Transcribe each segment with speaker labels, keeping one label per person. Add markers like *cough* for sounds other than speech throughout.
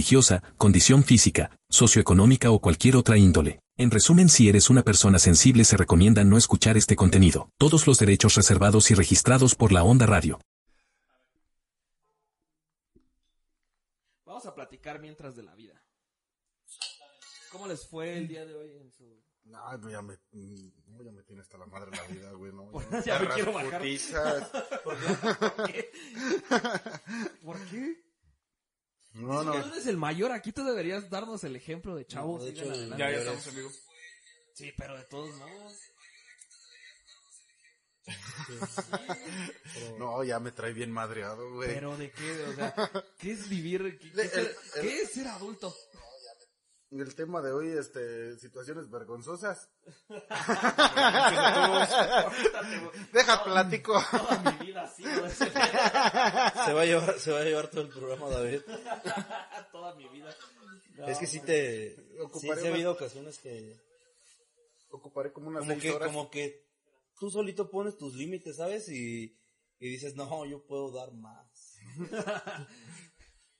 Speaker 1: religiosa, condición física, socioeconómica o cualquier otra índole. En resumen, si eres una persona sensible se recomienda no escuchar este contenido. Todos los derechos reservados y registrados por la Onda Radio.
Speaker 2: Vamos a platicar mientras de la vida. ¿Cómo les fue el día de hoy en su...
Speaker 3: No, no, ya me, no, ya me tiene hasta la madre la vida, güey, no.
Speaker 2: *laughs* Bueno, ya me
Speaker 3: Perras
Speaker 2: quiero bajar.
Speaker 3: putizas.
Speaker 2: *laughs* ¿Por qué? ¿Por qué?
Speaker 3: No, no.
Speaker 2: Tú eres el mayor, aquí tú deberías darnos el ejemplo de chavos.
Speaker 3: No, de
Speaker 2: sigan
Speaker 3: hecho,
Speaker 2: adelante.
Speaker 4: Ya, ya estamos en vivo.
Speaker 2: Sí, pero de todos modos.
Speaker 3: No, ya me trae bien madreado, güey.
Speaker 2: Pero de qué, o
Speaker 3: *laughs*
Speaker 2: sea, ¿qué es vivir? ¿Qué, qué
Speaker 3: De-
Speaker 2: es ser,
Speaker 3: el-
Speaker 2: qué es ser
Speaker 3: *laughs*
Speaker 2: adulto?
Speaker 3: El tema de hoy, este,
Speaker 2: *laughs*
Speaker 3: situaciones vergonzosas. Deja, platico.
Speaker 2: Toda mi vida ha sido ese
Speaker 4: Se va a llevar, se va a llevar todo el programa, David.
Speaker 2: *laughs* toda mi vida.
Speaker 4: es que sí te, sí,
Speaker 3: Ocuparé
Speaker 4: sí ha
Speaker 3: más-
Speaker 4: habido ocasiones que,
Speaker 3: Ocuparé como unas
Speaker 4: como
Speaker 3: seis
Speaker 4: que,
Speaker 3: horas.
Speaker 4: como que tú solito pones tus límites, ¿sabes? Y, y dices, no, yo puedo dar más.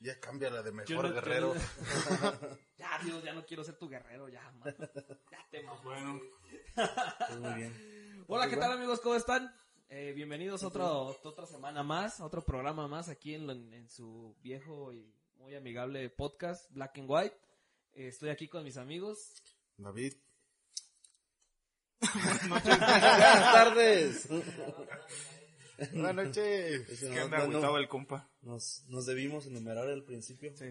Speaker 3: Ya cambia la de
Speaker 2: Yo
Speaker 3: mejor
Speaker 2: no-
Speaker 3: guerrero.
Speaker 2: yo no- ya, Dios, ya no quiero ser tu guerrero, ya, mano. Ya te mamaste.
Speaker 4: Pues muy
Speaker 3: *laughs*
Speaker 4: bien.
Speaker 2: Hola, ¿qué tal amigos? ¿Cómo están? Eh, bienvenidos a otro, otra semana más, a otro programa más aquí en, lo- en su viejo y muy amigable podcast, Black and White. Eh, estoy aquí con mis amigos.
Speaker 3: David.
Speaker 4: Buenas tardes.
Speaker 3: Buenas noches.
Speaker 4: Ese
Speaker 5: Que
Speaker 4: no-
Speaker 5: anda
Speaker 4: no- no-
Speaker 5: agüitado el compa.
Speaker 4: nos, nos debimos enumerar al principio.
Speaker 5: Pues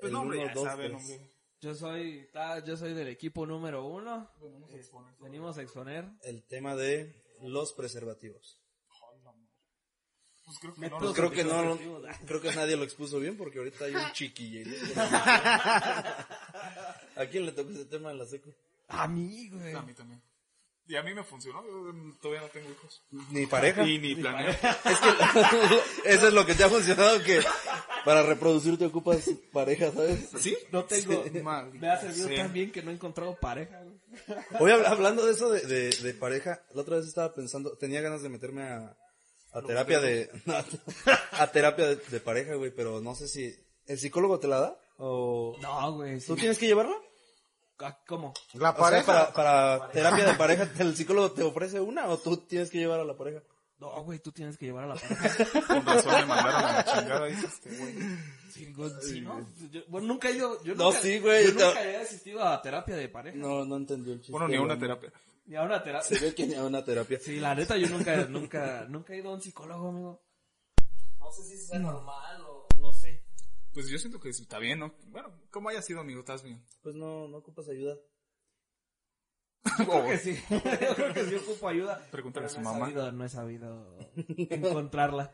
Speaker 4: El
Speaker 5: no, hombre,
Speaker 4: uno,
Speaker 5: ya
Speaker 4: dos,
Speaker 5: sabe el
Speaker 4: tres.
Speaker 5: hombre.
Speaker 2: Yo soy, ta- yo soy del equipo número uno. Venimos a exponer.
Speaker 4: El tema de los preservativos.
Speaker 5: Pues creo que
Speaker 2: Me
Speaker 5: no,
Speaker 2: puso-
Speaker 5: no,
Speaker 4: Pues creo que no,
Speaker 2: preservativos.
Speaker 4: creo que nadie lo expuso bien porque ahorita hay un chiquillerío. ¿A quién le tocó ese tema de la seco?
Speaker 2: A mí, güey.
Speaker 5: a mí también. Y a mí me funcionó, yo, mm, todavía no tengo hijos.
Speaker 4: Ni pareja.
Speaker 5: Y ni planeo.
Speaker 4: Eso es lo que te ha funcionado, que para reproducir te ocupas pareja, ¿sabes?
Speaker 5: *laughs* *laughs* ¿Sí?
Speaker 2: No
Speaker 4: *laughs*
Speaker 2: tengo.
Speaker 5: Maldita
Speaker 2: Me ha servido
Speaker 5: sea.
Speaker 2: tan bien que no he encontrado pareja, güey.
Speaker 4: Hoy hab- hablando de eso de, de- de pareja, la otra vez estaba pensando, tenía ganas de meterme a, a terapia de... *laughs* a terapia de, de pareja, güey, pero no sé si... ¿El psicólogo te la da? ¿O
Speaker 2: No, güey. sí.
Speaker 4: tú tienes que llevarla?
Speaker 2: Ah, ¿Cómo?
Speaker 3: La
Speaker 4: O sea,
Speaker 3: pareja.
Speaker 4: para, para terapia de pareja, ¿el psicólogo te ofrece una o tú tienes que llevar a la pareja?
Speaker 2: No, güey, tú tienes que
Speaker 4: *laughs*
Speaker 2: llevar a la pareja.
Speaker 5: Con razón me mandaron a la chingada, dice este güey.
Speaker 2: Sí, güey, sí, ¿no? Yo- bueno, nunca he ido. Yo
Speaker 4: No,
Speaker 2: nunca,
Speaker 4: sí, güey,
Speaker 2: Yo
Speaker 4: no.
Speaker 2: nunca he asistido a terapia de pareja.
Speaker 4: No, no entendió el chiste.
Speaker 5: Bueno, ni a una
Speaker 4: güey.
Speaker 5: terapia.
Speaker 2: Ni a una terapia.
Speaker 4: Se ve que ni a una terapia.
Speaker 2: Sí, la neta, yo nunca, nunca, nunca he ido a un psicólogo, amigo. No sé si es normal o no sé.
Speaker 5: Pues yo siento que está bien, ¿no? Bueno, como haya sido, amigo, estás bien.
Speaker 4: Pues no, no ocupas ayuda.
Speaker 2: Yo creo que sí. *laughs* Yo creo que sí ocupo ayuda.
Speaker 5: Oh. Pregúntale a su
Speaker 2: Pero no
Speaker 5: mamá.
Speaker 2: He sabido, no he sabido encontrarla.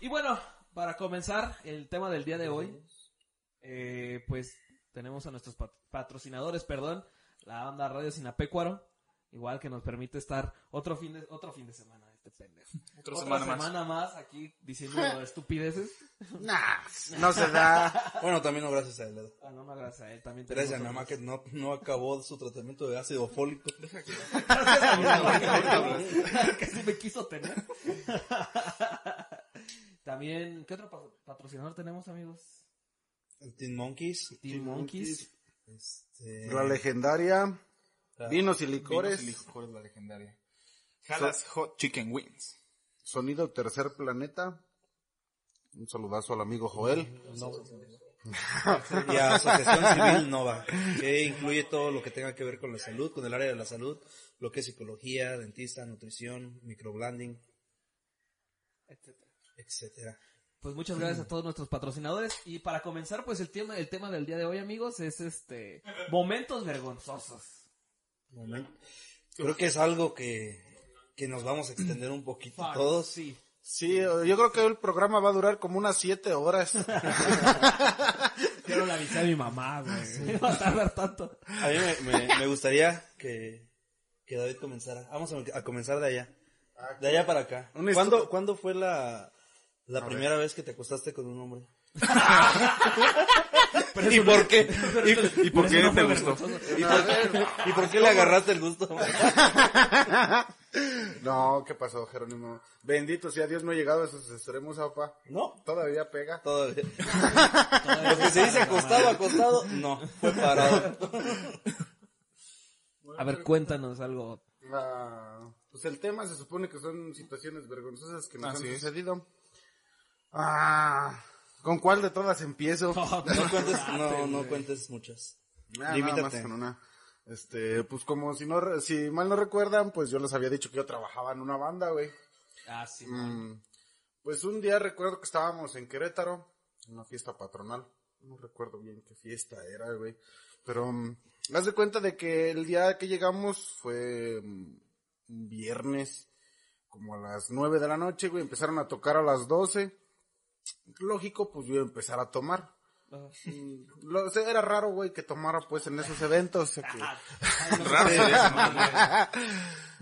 Speaker 2: Y bueno, para comenzar el tema del día de hoy, eh, pues tenemos a nuestros pat- patrocinadores, perdón, la banda Radio Sinapecuaro, igual que nos permite estar otro fin de, otro fin de semana, este pendejo.
Speaker 5: Otra, semana, más.
Speaker 2: más. aquí diciendo *laughs* estupideces.
Speaker 3: Nah, no se
Speaker 2: *laughs*
Speaker 3: da.
Speaker 4: Bueno, también no gracias a él.
Speaker 2: Ah, no, no, gracias a él también. tenemos
Speaker 4: Gracias a mi
Speaker 2: otros-
Speaker 4: mamá que no, no acabó su tratamiento de ácido fólico.
Speaker 2: Gracias *laughs* a mi mamá, que *laughs* sí me quiso tener. También, ¿qué otro pa- patrocinador tenemos, amigos?
Speaker 4: Teen Monkeys.
Speaker 2: Team Monkeys.
Speaker 4: Este,
Speaker 3: La legendaria.
Speaker 2: Ah,
Speaker 4: la-
Speaker 3: Vinos y
Speaker 5: Vinos
Speaker 3: licores.
Speaker 5: y licores, la legendaria. Jalas Hot Chicken Wings.
Speaker 3: Sonido Tercer Planeta. Un saludazo al amigo Joel.
Speaker 4: y a Asociación Civil Nova, que incluye todo lo que tenga que ver con la salud, con el área de la salud, lo que es psicología, dentista, nutrición, microblending,
Speaker 2: etcétera.
Speaker 4: etcétera.
Speaker 2: Pues muchas gracias a todos nuestros patrocinadores. Y para comenzar, pues el tema, el tema del día de hoy, amigos, es este momentos vergonzosos.
Speaker 4: Momento. Creo que es algo que, que nos vamos a extender un poquito
Speaker 2: Fuck,
Speaker 4: todos.
Speaker 2: sí.
Speaker 3: Sí, yo creo que el programa va a durar como unas siete horas.
Speaker 6: Quiero le avisé a mi mamá,
Speaker 4: Ah,
Speaker 6: güey. No
Speaker 2: *laughs*
Speaker 6: va a tardar tanto.
Speaker 4: A mí me, me- me gustaría que, que David comenzara. Vamos a, a comenzar de allá.
Speaker 3: Ah,
Speaker 4: De allá para acá.
Speaker 3: Una histo-
Speaker 4: ¿Cuándo, cuándo fue la, la primera vez que te acostaste con un
Speaker 3: *laughs*
Speaker 4: hombre? ¿Y por qué? ¿Y,
Speaker 5: *laughs* ¿Y por qué te gustó?
Speaker 4: y por qué le agarraste el gusto?
Speaker 3: No, ¿qué pasó, Jerónimo? Bendito sea Dios, no he llegado a esos extremos, papá.
Speaker 4: No,
Speaker 3: Todavía pega.
Speaker 4: todavía. Lo que se
Speaker 3: Ah,
Speaker 4: dice acostado, acostado, no, fue parado.
Speaker 6: A ver, cuéntanos algo.
Speaker 3: Ah, pues el tema se supone que son situaciones vergonzosas que nos
Speaker 5: Así
Speaker 3: han
Speaker 5: es.
Speaker 3: sucedido. Ah, ¿Con cuál de todas
Speaker 2: *laughs*
Speaker 3: empiezo?
Speaker 4: No cuentes, no, no cuentes muchas.
Speaker 3: Ah,
Speaker 4: Limítate.
Speaker 3: nada más con una. Este, pues como si no, re- si mal no recuerdan, pues yo les había dicho que yo trabajaba en una banda, güey.
Speaker 6: Ah, sí.
Speaker 3: Mm, pues un día recuerdo que estábamos en Querétaro, en una fiesta patronal. No recuerdo bien qué fiesta era, güey. Pero, mm, haz de cuenta de que el día que llegamos fue mm, un viernes, como a las 9 de la noche, güey. Empezaron a tocar a las 12. Lógico, pues yo iba a empezar a tomar. Mm, lo- o sea, era raro, güey, que tomara pues en esos eventos. o sea que-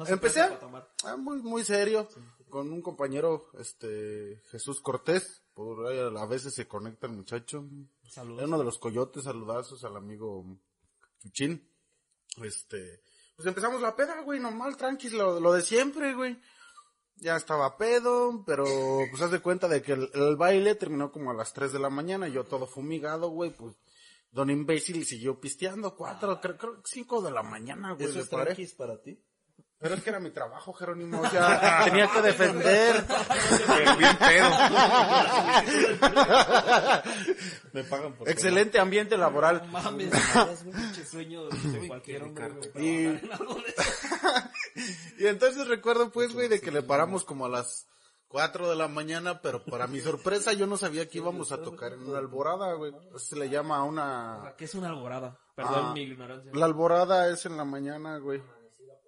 Speaker 3: *laughs* Empecé. Ah, muy, muy serio. Con un compañero, este, Jesús Cortés. Por ahí a veces se conecta el muchacho. Era
Speaker 6: Saludos.
Speaker 3: uno de los coyotes, saludazos al amigo Chuchín. Este, pues empezamos la peda, güey, normal, tranquis, lo, lo de siempre, güey. Ya estaba pedo, pero pues haz de cuenta de que el, el baile terminó como a las 3 de la mañana, yo todo fumigado, güey, pues don imbécil siguió pisteando, 4, creo, creo 5 de la mañana, güey.
Speaker 4: ¿Eso
Speaker 3: Pues, le
Speaker 4: es
Speaker 3: paré.
Speaker 4: tranquis para ti?
Speaker 3: Pero es que era mi trabajo, Jerónimo. O sea, *laughs* tenía que *laughs* defender.
Speaker 5: Bien pedo.
Speaker 4: Me pagan por
Speaker 3: Excelente ambiente laboral.
Speaker 6: *laughs* Mames, es un pinche sueño de cualquier hombre. güey, trabajar en algo de eso.
Speaker 3: Y entonces recuerdo, pues, güey, de que le paramos como a las 4 de la mañana, pero para mi sorpresa yo no sabía que íbamos a tocar en una alborada, güey. Se le llama a
Speaker 6: O sea,
Speaker 3: una...
Speaker 6: que es una alborada. Perdón
Speaker 3: Ah.
Speaker 6: mi ignorancia.
Speaker 3: La alborada es en la mañana, güey.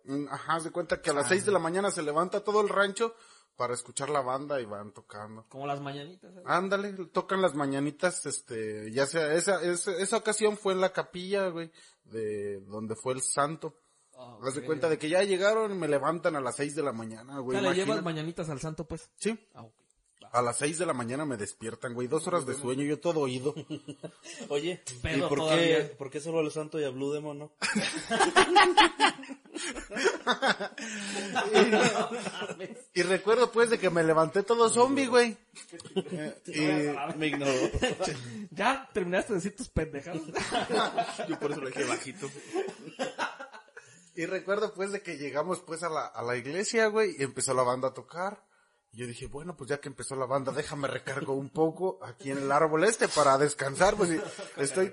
Speaker 3: Mm, Ajá, haz de cuenta que a las 6 de la mañana se levanta todo el rancho para escuchar la banda y van tocando.
Speaker 6: Como las mañanitas. ¿sabes?
Speaker 3: Ándale, tocan las mañanitas, este, ya sea, esa, esa, esa ocasión fue en la capilla, güey, de donde fue el santo.
Speaker 6: Ah,
Speaker 3: Haz de
Speaker 6: ok.
Speaker 3: cuenta de que ya llegaron y me levantan a las seis de la mañana,
Speaker 6: O
Speaker 3: güey.
Speaker 6: sea, le llevas
Speaker 3: imagina.
Speaker 6: mañanitas al santo, pues.
Speaker 3: Sí,
Speaker 6: Ah, *laughs* ok.
Speaker 3: a las seis de la mañana me despiertan, güey, dos horas de sueño, yo todo oído.
Speaker 4: Oye, ¿y
Speaker 6: Pedo
Speaker 4: por qué,
Speaker 6: todavía.
Speaker 4: por qué solo al santo y a Blue Demon, no?
Speaker 3: Y recuerdo pues de que me levanté todo zombie, güey. Eh,
Speaker 4: Me ignoró.
Speaker 6: *laughs* ¿Ya terminaste de decir tus pendejadas?
Speaker 5: Yo *laughs* por eso lo dije bajito.
Speaker 3: Y, y recuerdo pues de que llegamos pues a la, a la iglesia, güey, y empezó la banda a tocar. Y yo dije, bueno, pues ya que empezó la banda, déjame recargo un poco aquí en el árbol este para descansar, pues y estoy,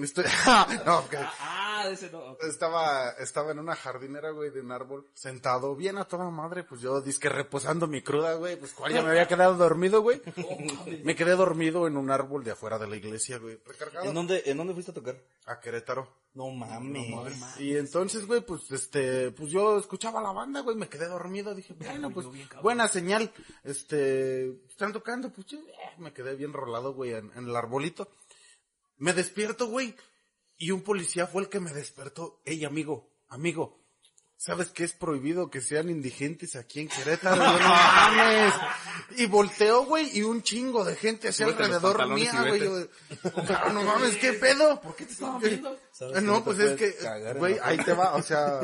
Speaker 3: estoy, *laughs* no, que-
Speaker 6: ah, ese no. ok.
Speaker 3: Estaba, estaba en una jardinera, güey, de un árbol, sentado bien a toda madre, pues yo disque reposando mi cruda, güey, pues cual ya me había quedado dormido, güey. Me quedé dormido en un árbol de afuera de la iglesia, güey,
Speaker 4: ¿En
Speaker 3: recargado
Speaker 4: dónde, ¿En dónde fuiste a tocar?
Speaker 3: a Querétaro.
Speaker 4: No mames.
Speaker 3: Y entonces, güey, pues este, pues yo escuchaba la banda, güey, me quedé dormido, dije, bueno, pues buena señal, este, están tocando, pues yo, eh, me quedé bien rolado, güey, en, en el arbolito. Me despierto, güey, y un policía fue el que me despertó, hey, amigo, amigo. ¿Sabes que es prohibido que sean indigentes aquí en Querétaro? Yo, no mames. Y volteó, güey, y un chingo de gente hacia
Speaker 5: Súbete los
Speaker 3: alrededor
Speaker 5: pantalones
Speaker 3: mía,
Speaker 5: y
Speaker 3: güey.
Speaker 5: vete.
Speaker 3: yo, No mames, ¿qué pedo? ¿Por qué te
Speaker 6: Estaba viendo.
Speaker 4: ¿Sabes que
Speaker 3: no,
Speaker 4: te
Speaker 3: pues
Speaker 4: puedes
Speaker 3: es que,
Speaker 4: cagar en
Speaker 3: güey,
Speaker 4: la-
Speaker 3: ahí te va, o sea,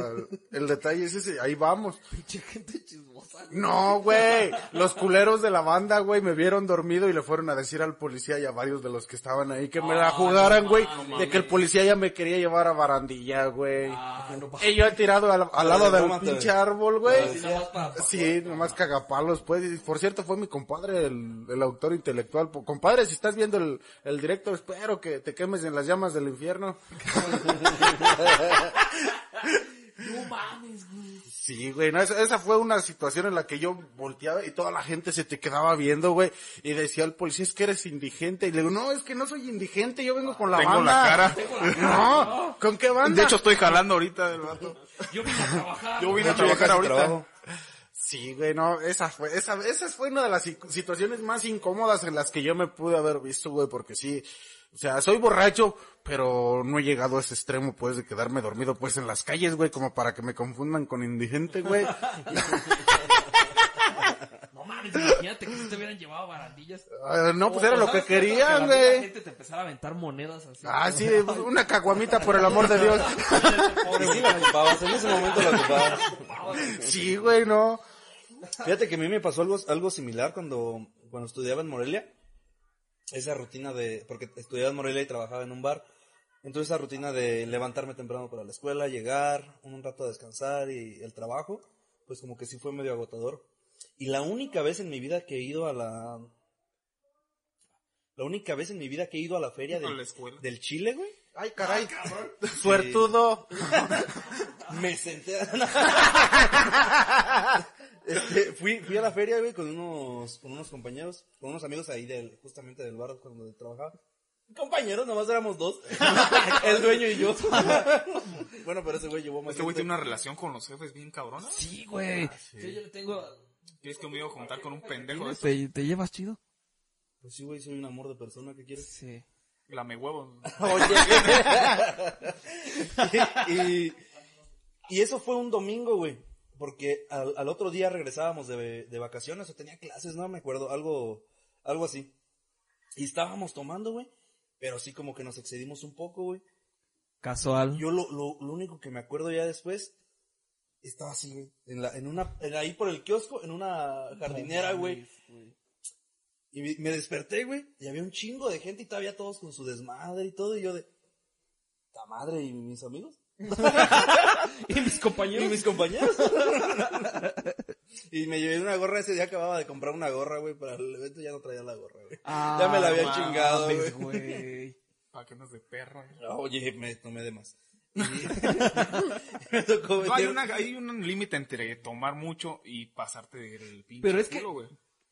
Speaker 3: el detalle es ese, ahí vamos.
Speaker 6: Pinche gente chismosa.
Speaker 3: No, güey, los culeros de la banda, güey, me vieron dormido y le fueron a decir al policía y a varios de los que estaban ahí que me la jugaran, güey, de que el policía ya me quería llevar a barandilla, güey.
Speaker 6: Ah, no pasa
Speaker 3: Y yo he tirado al, al lado
Speaker 4: Pero
Speaker 3: del
Speaker 4: tómate.
Speaker 3: pinche árbol, güey.
Speaker 6: nada más para.
Speaker 3: Sí, nomás cagapalos, pues. Y Por cierto, fue mi compadre, el, el autor intelectual. Po- Compadre, si estás viendo el, el directo, espero que te quemes en las llamas del infierno.
Speaker 6: *laughs* No mames, güey.
Speaker 3: Sí, güey, no, esa, esa fue una situación en la que yo volteaba y toda la gente se te quedaba viendo, güey, y decía al policía, es que eres indigente, y le digo, no, es que no soy indigente, yo vengo con la
Speaker 5: Tengo
Speaker 3: banda.
Speaker 5: la cara.
Speaker 3: *laughs* No, ¿con qué banda?
Speaker 5: De hecho, estoy jalando ahorita del vato.
Speaker 6: Yo vine a trabajar.
Speaker 5: Yo vine a
Speaker 4: Trabajas
Speaker 5: trabajar
Speaker 4: y
Speaker 5: ahorita.
Speaker 4: trabajo.
Speaker 3: Sí, güey, no, esa fue, esa, esa fue una de las sic- situaciones más incómodas en las que yo me pude haber visto, güey, porque sí, o sea, soy borracho, pero no he llegado a ese extremo, pues, de quedarme dormido, pues, en las calles, güey, como para que me confundan con indigente, güey.
Speaker 6: No mames, imagínate que si te hubieran llevado barandillas.
Speaker 3: Ah, no, pues era
Speaker 6: O,
Speaker 3: lo que
Speaker 6: ¿sabes qué? la
Speaker 3: querían,
Speaker 6: misma
Speaker 3: güey.
Speaker 6: gente te empezaba a aventar monedas así.
Speaker 3: Ah, sí, una caguamita, por el amor de Dios.
Speaker 4: Pobre, sí, la ocupabas, en ese momento la ocupabas.
Speaker 3: Sí, güey, no.
Speaker 4: Fíjate que a mí me pasó algo, algo similar cuando, cuando estudiaba en Morelia. Esa rutina de, porque estudiaba en Morelia y trabajaba en un bar. Entonces esa rutina de levantarme temprano para la escuela, llegar, un rato a descansar y el trabajo, pues como que sí fue medio agotador. Y la única vez en mi vida que he ido a la... La única vez en mi vida que he ido a la feria
Speaker 5: A
Speaker 4: del,
Speaker 5: la escuela.
Speaker 4: del Chile, güey.
Speaker 3: Ay, caray. Suertudo.
Speaker 4: Me senté. *laughs* Este, fui, fui a la feria, güey, con unos, con unos compañeros, con unos amigos ahí del, justamente del bar cuando trabajaba. Compañeros, nomás éramos dos. *laughs* El dueño y yo. bueno, pero ese güey llevó más.
Speaker 5: Este güey
Speaker 4: gente.
Speaker 5: tiene una relación con los jefes bien cabrona.
Speaker 6: Sí, güey. Sí, yo le tengo...
Speaker 5: Tienes conmigo juntar con un pendejo de estos.
Speaker 6: ¿Te, ¿Te llevas chido?
Speaker 4: Pues sí, güey, soy un amor de persona, ¿qué quieres?
Speaker 6: Sí. *laughs*
Speaker 5: Lame huevos.
Speaker 4: *laughs* y, y eso fue un domingo, güey. Porque al, al otro día regresábamos de, de vacaciones o tenía clases, no me acuerdo, algo, algo así. Y estábamos tomando, güey. Pero sí como que nos excedimos un poco, güey.
Speaker 6: Casual.
Speaker 4: Yo lo, lo, lo único que me acuerdo ya después, estaba así, güey. En, la, en una, en- ahí por el kiosco, en una jardinera, güey. Y me- me desperté, güey, y había un chingo de gente y todavía todos con su desmadre y todo, y yo de... ¡Ta madre! ¿Y mis amigos?
Speaker 6: ¿Y mis compañeros?
Speaker 4: *laughs* ¿Y mis compañeros? y me llevé una gorra ese día, acababa de comprar una gorra, güey, para el evento ya no traía la gorra, güey. *laughs* ya me la había chingado, güey.
Speaker 6: Ah, güey.
Speaker 5: *laughs* Pa' que andas de perro. eh.
Speaker 4: Oye, me tomé de más. Y- *laughs* me tocó
Speaker 5: No, hay,
Speaker 4: meter-
Speaker 5: una, hay un límite entre tomar mucho y pasarte del pinche
Speaker 6: Pero es que-
Speaker 5: culo, güey.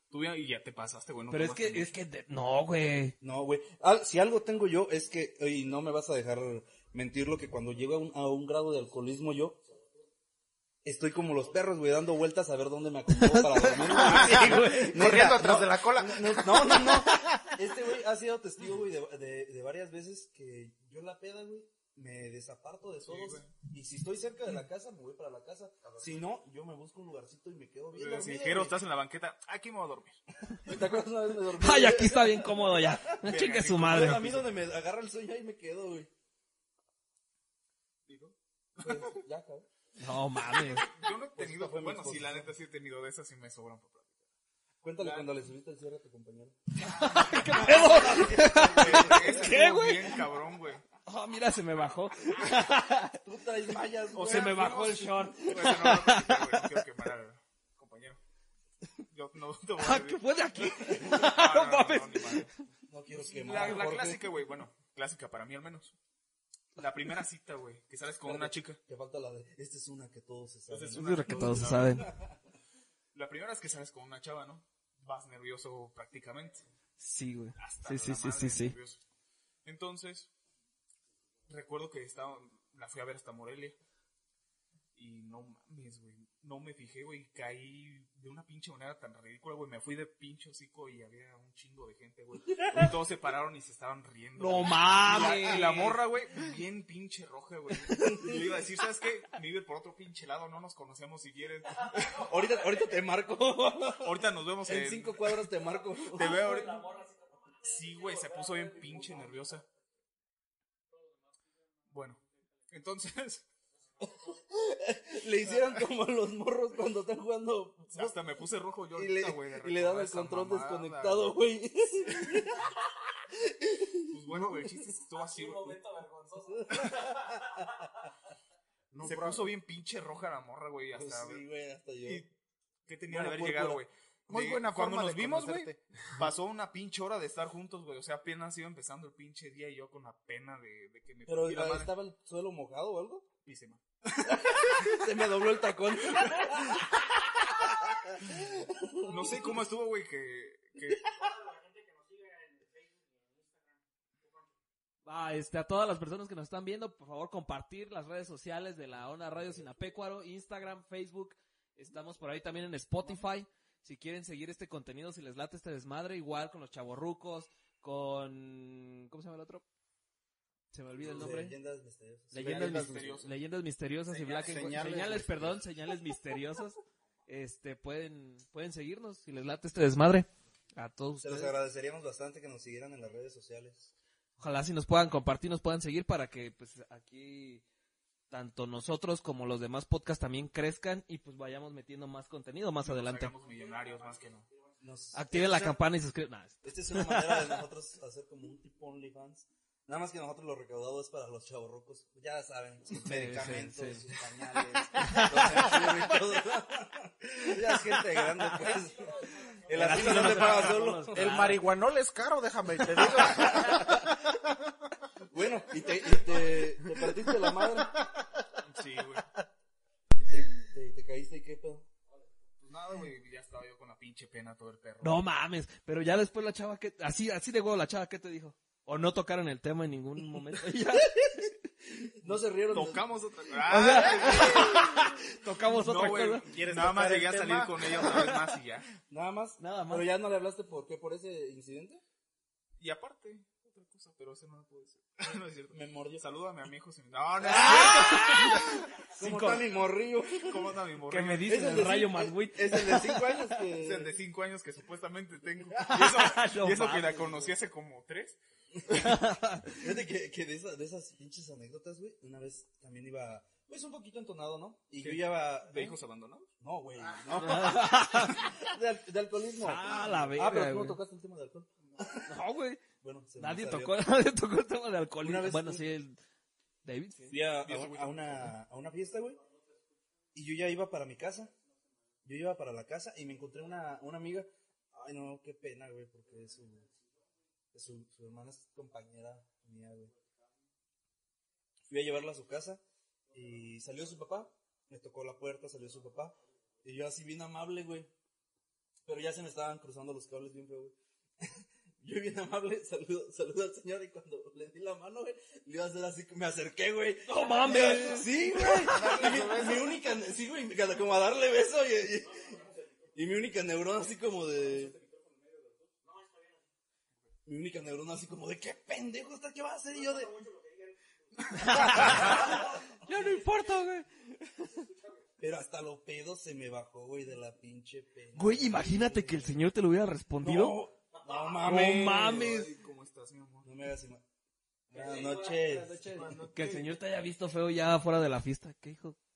Speaker 5: Tú ya, y ya te pasaste, güey. no
Speaker 6: Pero es
Speaker 5: tomaste
Speaker 6: que,
Speaker 5: mucho.
Speaker 6: es que, de- no, güey.
Speaker 4: No, güey. Al- si algo tengo yo es que, y no me vas a dejar mentir lo que cuando llego a un, a un grado de alcoholismo yo estoy como los perros, güey, dando vueltas a ver dónde me acomodo para dormir.
Speaker 3: *laughs*
Speaker 4: güey.
Speaker 3: Corriendo atrás de la cola.
Speaker 4: No, no, no. Este güey ha sido testigo, güey, de, de- de varias veces que yo la peda, güey, me desaparto de todos. y si estoy cerca de la casa, me voy para la casa. Si no, yo me busco un lugarcito y me quedo bien.
Speaker 5: Si
Speaker 4: dormido,
Speaker 5: dijeron,
Speaker 4: güey.
Speaker 5: Eh, estás en la banqueta, aquí me voy a dormir.
Speaker 4: ¿Te acuerdas una vez me dormí?
Speaker 6: Ay,
Speaker 4: güey?
Speaker 6: aquí está bien cómodo ya. *laughs* Ah, No chingue su madre.
Speaker 4: A mí donde me agarra el sueño ahí me quedo, güey. Pues, ya, cabrón.
Speaker 6: No mames. *laughs*
Speaker 5: Yo no he tenido,
Speaker 4: fue mi
Speaker 5: bueno, sí,
Speaker 4: esposa.
Speaker 5: la neta sí he tenido de esas y me
Speaker 6: *laughs*
Speaker 5: sobran por platicar.
Speaker 4: Cuéntale cuando le subiste el cierre a tu compañero.
Speaker 5: Ese
Speaker 6: ¿Qué,
Speaker 5: estuvo
Speaker 6: güey?
Speaker 5: Bien cabrón, güey.
Speaker 6: Oh, mira, se me bajó.
Speaker 4: Tú traes mallas,
Speaker 6: O
Speaker 4: güey.
Speaker 6: se me bajó el short. *laughs*
Speaker 5: Pues, no, no, no, no quiero quemar al compañero. Yo no te voy a
Speaker 6: Ah, *laughs*
Speaker 5: decir.
Speaker 6: ¿Qué fue de aquí?
Speaker 5: No, no, no,
Speaker 6: mames.
Speaker 5: no, ni madre.
Speaker 4: No quiero quemar.
Speaker 5: La,
Speaker 4: a
Speaker 5: la
Speaker 4: Jorge.
Speaker 5: clásica, güey, bueno, clásica para mí al menos. La primera cita, güey, que sales con una chica.
Speaker 4: Que falta la de. Esta es una que todos se saben.
Speaker 5: Esa es
Speaker 6: Es
Speaker 5: una-
Speaker 6: lo que todos saben.
Speaker 5: La primera es que sales con una chava, ¿no? Vas nervioso prácticamente.
Speaker 6: Sí, güey.
Speaker 5: Hasta
Speaker 6: Sí, sí,
Speaker 5: la
Speaker 6: sí,
Speaker 5: madre
Speaker 6: sí, sí.
Speaker 5: nervioso. Entonces, recuerdo que estaba, la fui a ver hasta Morelia. Y no mames, güey. No me fijé, güey. Caí de una pinche manera tan ridícula, güey. Me fui de pinche hocico y había un chingo de gente, güey. Y todos se pararon y se estaban riendo.
Speaker 6: No
Speaker 5: güey. Y
Speaker 6: mames.
Speaker 5: la, y la morra, güey, bien pinche roja, güey. Y le iba a decir, ¿sabes qué? Me iba por otro pinche lado, no nos conocemos si quieres.
Speaker 4: Ahorita, ahorita te
Speaker 5: *laughs*
Speaker 4: marco.
Speaker 5: Ahorita nos vemos en...
Speaker 4: en cinco cuadras te marco.
Speaker 5: Eh, Te veo ahorita. Sí, güey, se puso bien pinche nerviosa. Bueno, entonces, *laughs*
Speaker 4: Le hicieron como a los morros cuando están jugando.
Speaker 5: hasta me puse rojo yo
Speaker 4: Y le,
Speaker 5: ahorita, güey. de
Speaker 4: y le dan
Speaker 5: recordar
Speaker 4: el
Speaker 5: esa
Speaker 4: control
Speaker 5: mamada,
Speaker 4: desconectado, güey.
Speaker 5: Pues bueno, güey, el chiste es que estuvo
Speaker 4: *laughs*
Speaker 5: así, güey.
Speaker 3: No,
Speaker 5: Se
Speaker 3: bro.
Speaker 5: puso bien pinche roja la morra, güey,
Speaker 4: Pues
Speaker 5: hasta...
Speaker 4: sí, güey, hasta yo.
Speaker 5: y- ¿Qué tenía
Speaker 4: Buena
Speaker 5: de haber
Speaker 4: púrpura.
Speaker 5: llegado, güey?
Speaker 3: Muy
Speaker 5: De-
Speaker 3: buena
Speaker 5: Cuando
Speaker 3: forma
Speaker 5: nos
Speaker 3: de
Speaker 5: vimos, güey,
Speaker 3: conocerte.
Speaker 5: *laughs* pasó una pinche hora de estar juntos, güey. O sea, apenas iba empezando el pinche día y yo con la pena de, de que me
Speaker 4: Pero
Speaker 5: partí la
Speaker 4: ahí
Speaker 5: madre.
Speaker 4: estaba el suelo mojado o algo.
Speaker 5: Y se me-
Speaker 4: *laughs* Se me dobló el tacón.
Speaker 5: No sé cómo estuvo, güey, que...
Speaker 2: *laughs*
Speaker 5: que-
Speaker 6: Ah, este, a todas las personas que nos están viendo, por favor, compartir las redes sociales de la Onda Radio Sinapecuaro, Instagram, Facebook,
Speaker 2: Estamos por ahí también en Spotify. Si quieren seguir este contenido, si les late este desmadre, igual con los chavorrucos, con... ¿Cómo se llama el otro? Se me olvida el nombre.
Speaker 4: Leyendas misteriosas.
Speaker 2: Leyendas,
Speaker 3: Leyendas
Speaker 2: mis-
Speaker 5: misteriosas.
Speaker 2: leyendas misteriosas y
Speaker 4: Señales-
Speaker 2: Black and White-
Speaker 3: señales-
Speaker 2: Señales, perdón, señales misteriosas. Este, pueden, pueden seguirnos si les late este desmadre. A todos
Speaker 4: Se los
Speaker 2: ustedes.
Speaker 4: Pues agradeceríamos bastante que nos siguieran en las redes sociales.
Speaker 2: Ojalá si nos puedan compartir, nos puedan seguir para que pues aquí tanto nosotros como los demás podcasts también crezcan y pues vayamos metiendo más contenido más adelante.
Speaker 5: Hagamos millonarios más que no.
Speaker 4: Nos-
Speaker 2: Activen la
Speaker 4: Esta-
Speaker 2: campana y suscriban. Nah, es-
Speaker 4: Esta es una manera de nosotros hacer como un tipo OnlyFans. Nada más que nosotros lo recaudado es para los chavorrocos. Ya saben, sus medicamentos,
Speaker 2: sí, sí.
Speaker 4: sus pañales, los enchiles *laughs* y todo. ya es gente grande, pues. El asilo no te paga solo.
Speaker 3: El marihuanol es caro, déjame, te digo.
Speaker 4: Bueno, y te, y te, te partiste la madre.
Speaker 5: Sí, güey.
Speaker 4: Te, te- te caíste y qué pedo.
Speaker 5: Pues nada, güey, ya estaba yo con la pinche pena todo el perro.
Speaker 2: No mames, pero ya después la chava que así así de huevo la chava que te dijo o no tocaron el tema en ningún momento. *laughs* Ya,
Speaker 4: No se rieron. de-
Speaker 5: Tocamos otra Ah,
Speaker 2: tocamos otra
Speaker 5: no, güey,
Speaker 2: cosa.
Speaker 3: ¿Quieres
Speaker 5: Nada más
Speaker 3: tocar el
Speaker 5: llegué a salir
Speaker 3: tema?
Speaker 5: con ella otra vez más y ya.
Speaker 4: Nada más.
Speaker 2: Nada más.
Speaker 4: Pero ya no le hablaste por qué, por ese incidente.
Speaker 5: *laughs* Y aparte, otra cosa, pero eso no lo puedo decir. *laughs* no es cierto.
Speaker 4: Me mordió.
Speaker 5: Salúdame a mi hijo. si me- No, no.
Speaker 4: ¿Cómo está
Speaker 2: *laughs*
Speaker 4: mi morrillo?
Speaker 5: ¿Cómo anda mi morro?
Speaker 2: Que me dicen el
Speaker 4: de
Speaker 2: rayo
Speaker 4: cin-
Speaker 2: Manwit.
Speaker 4: Es el de
Speaker 2: *laughs*
Speaker 4: 5 años
Speaker 5: Es el
Speaker 4: que...
Speaker 5: de 5 años que supuestamente tengo. Y eso,
Speaker 2: No
Speaker 5: y eso que
Speaker 2: mames,
Speaker 5: la conocí hace como 3.
Speaker 4: Fíjate que, que de, esas, de esas pinches anécdotas, güey, una vez también iba, pues un poquito entonado, ¿no? Y yo
Speaker 5: ¿Qué?
Speaker 4: iba...
Speaker 5: ¿De hijos abandonados?
Speaker 4: No, güey, no.
Speaker 2: *laughs*
Speaker 4: de, al- de alcoholismo.
Speaker 2: Ah, la verga,
Speaker 4: Ah, pero tú no
Speaker 2: güey.
Speaker 4: tocaste el tema de alcohol.
Speaker 2: No, güey.
Speaker 4: Bueno, se me
Speaker 2: Nadie
Speaker 4: salió.
Speaker 2: tocó, *laughs* nadie tocó el tema de
Speaker 4: Una
Speaker 2: alcoholismo.
Speaker 4: vez
Speaker 2: Bueno,
Speaker 4: fui-
Speaker 2: sí, el David. sí.
Speaker 4: Fui a, a un- a una, a una fiesta, güey, y yo ya iba para mi casa. Yo iba para la casa y me encontré una, una amiga. Ay, no, qué pena, güey, porque su, su, su hermana es compañera mía, güey. Fui a llevarla a su casa y salió su papá. Me tocó la puerta, salió su papá. Y yo así bien amable, güey. Pero ya se me estaban cruzando los cables bien feo, güey. *laughs* Yo bien amable, *laughs* saludo, saludo al señor y cuando le di la mano, güey, le iba a hacer así, me acerqué, güey. ¡No mames! *laughs* Sí, güey. Y mi, mi única, sí, güey, como a darle beso y, y- y mi única neurona así como de... Mi única neurona así como de, ¿qué pendejo está? ¿Qué va a hacer? Y yo de...
Speaker 2: Ya no importa, güey.
Speaker 4: Pero hasta lo pedo se me bajó, güey, de la pinche pena.
Speaker 2: Güey, imagínate que el señor te lo hubiera respondido.
Speaker 4: No, no mames.
Speaker 2: No mames.
Speaker 5: Ay, ¿Cómo estás, mi amor?
Speaker 4: No me hagas ima- Buenas noches.
Speaker 2: Que el señor te haya visto feo ya fuera de la fiesta. ¿Qué hijo?
Speaker 4: *laughs*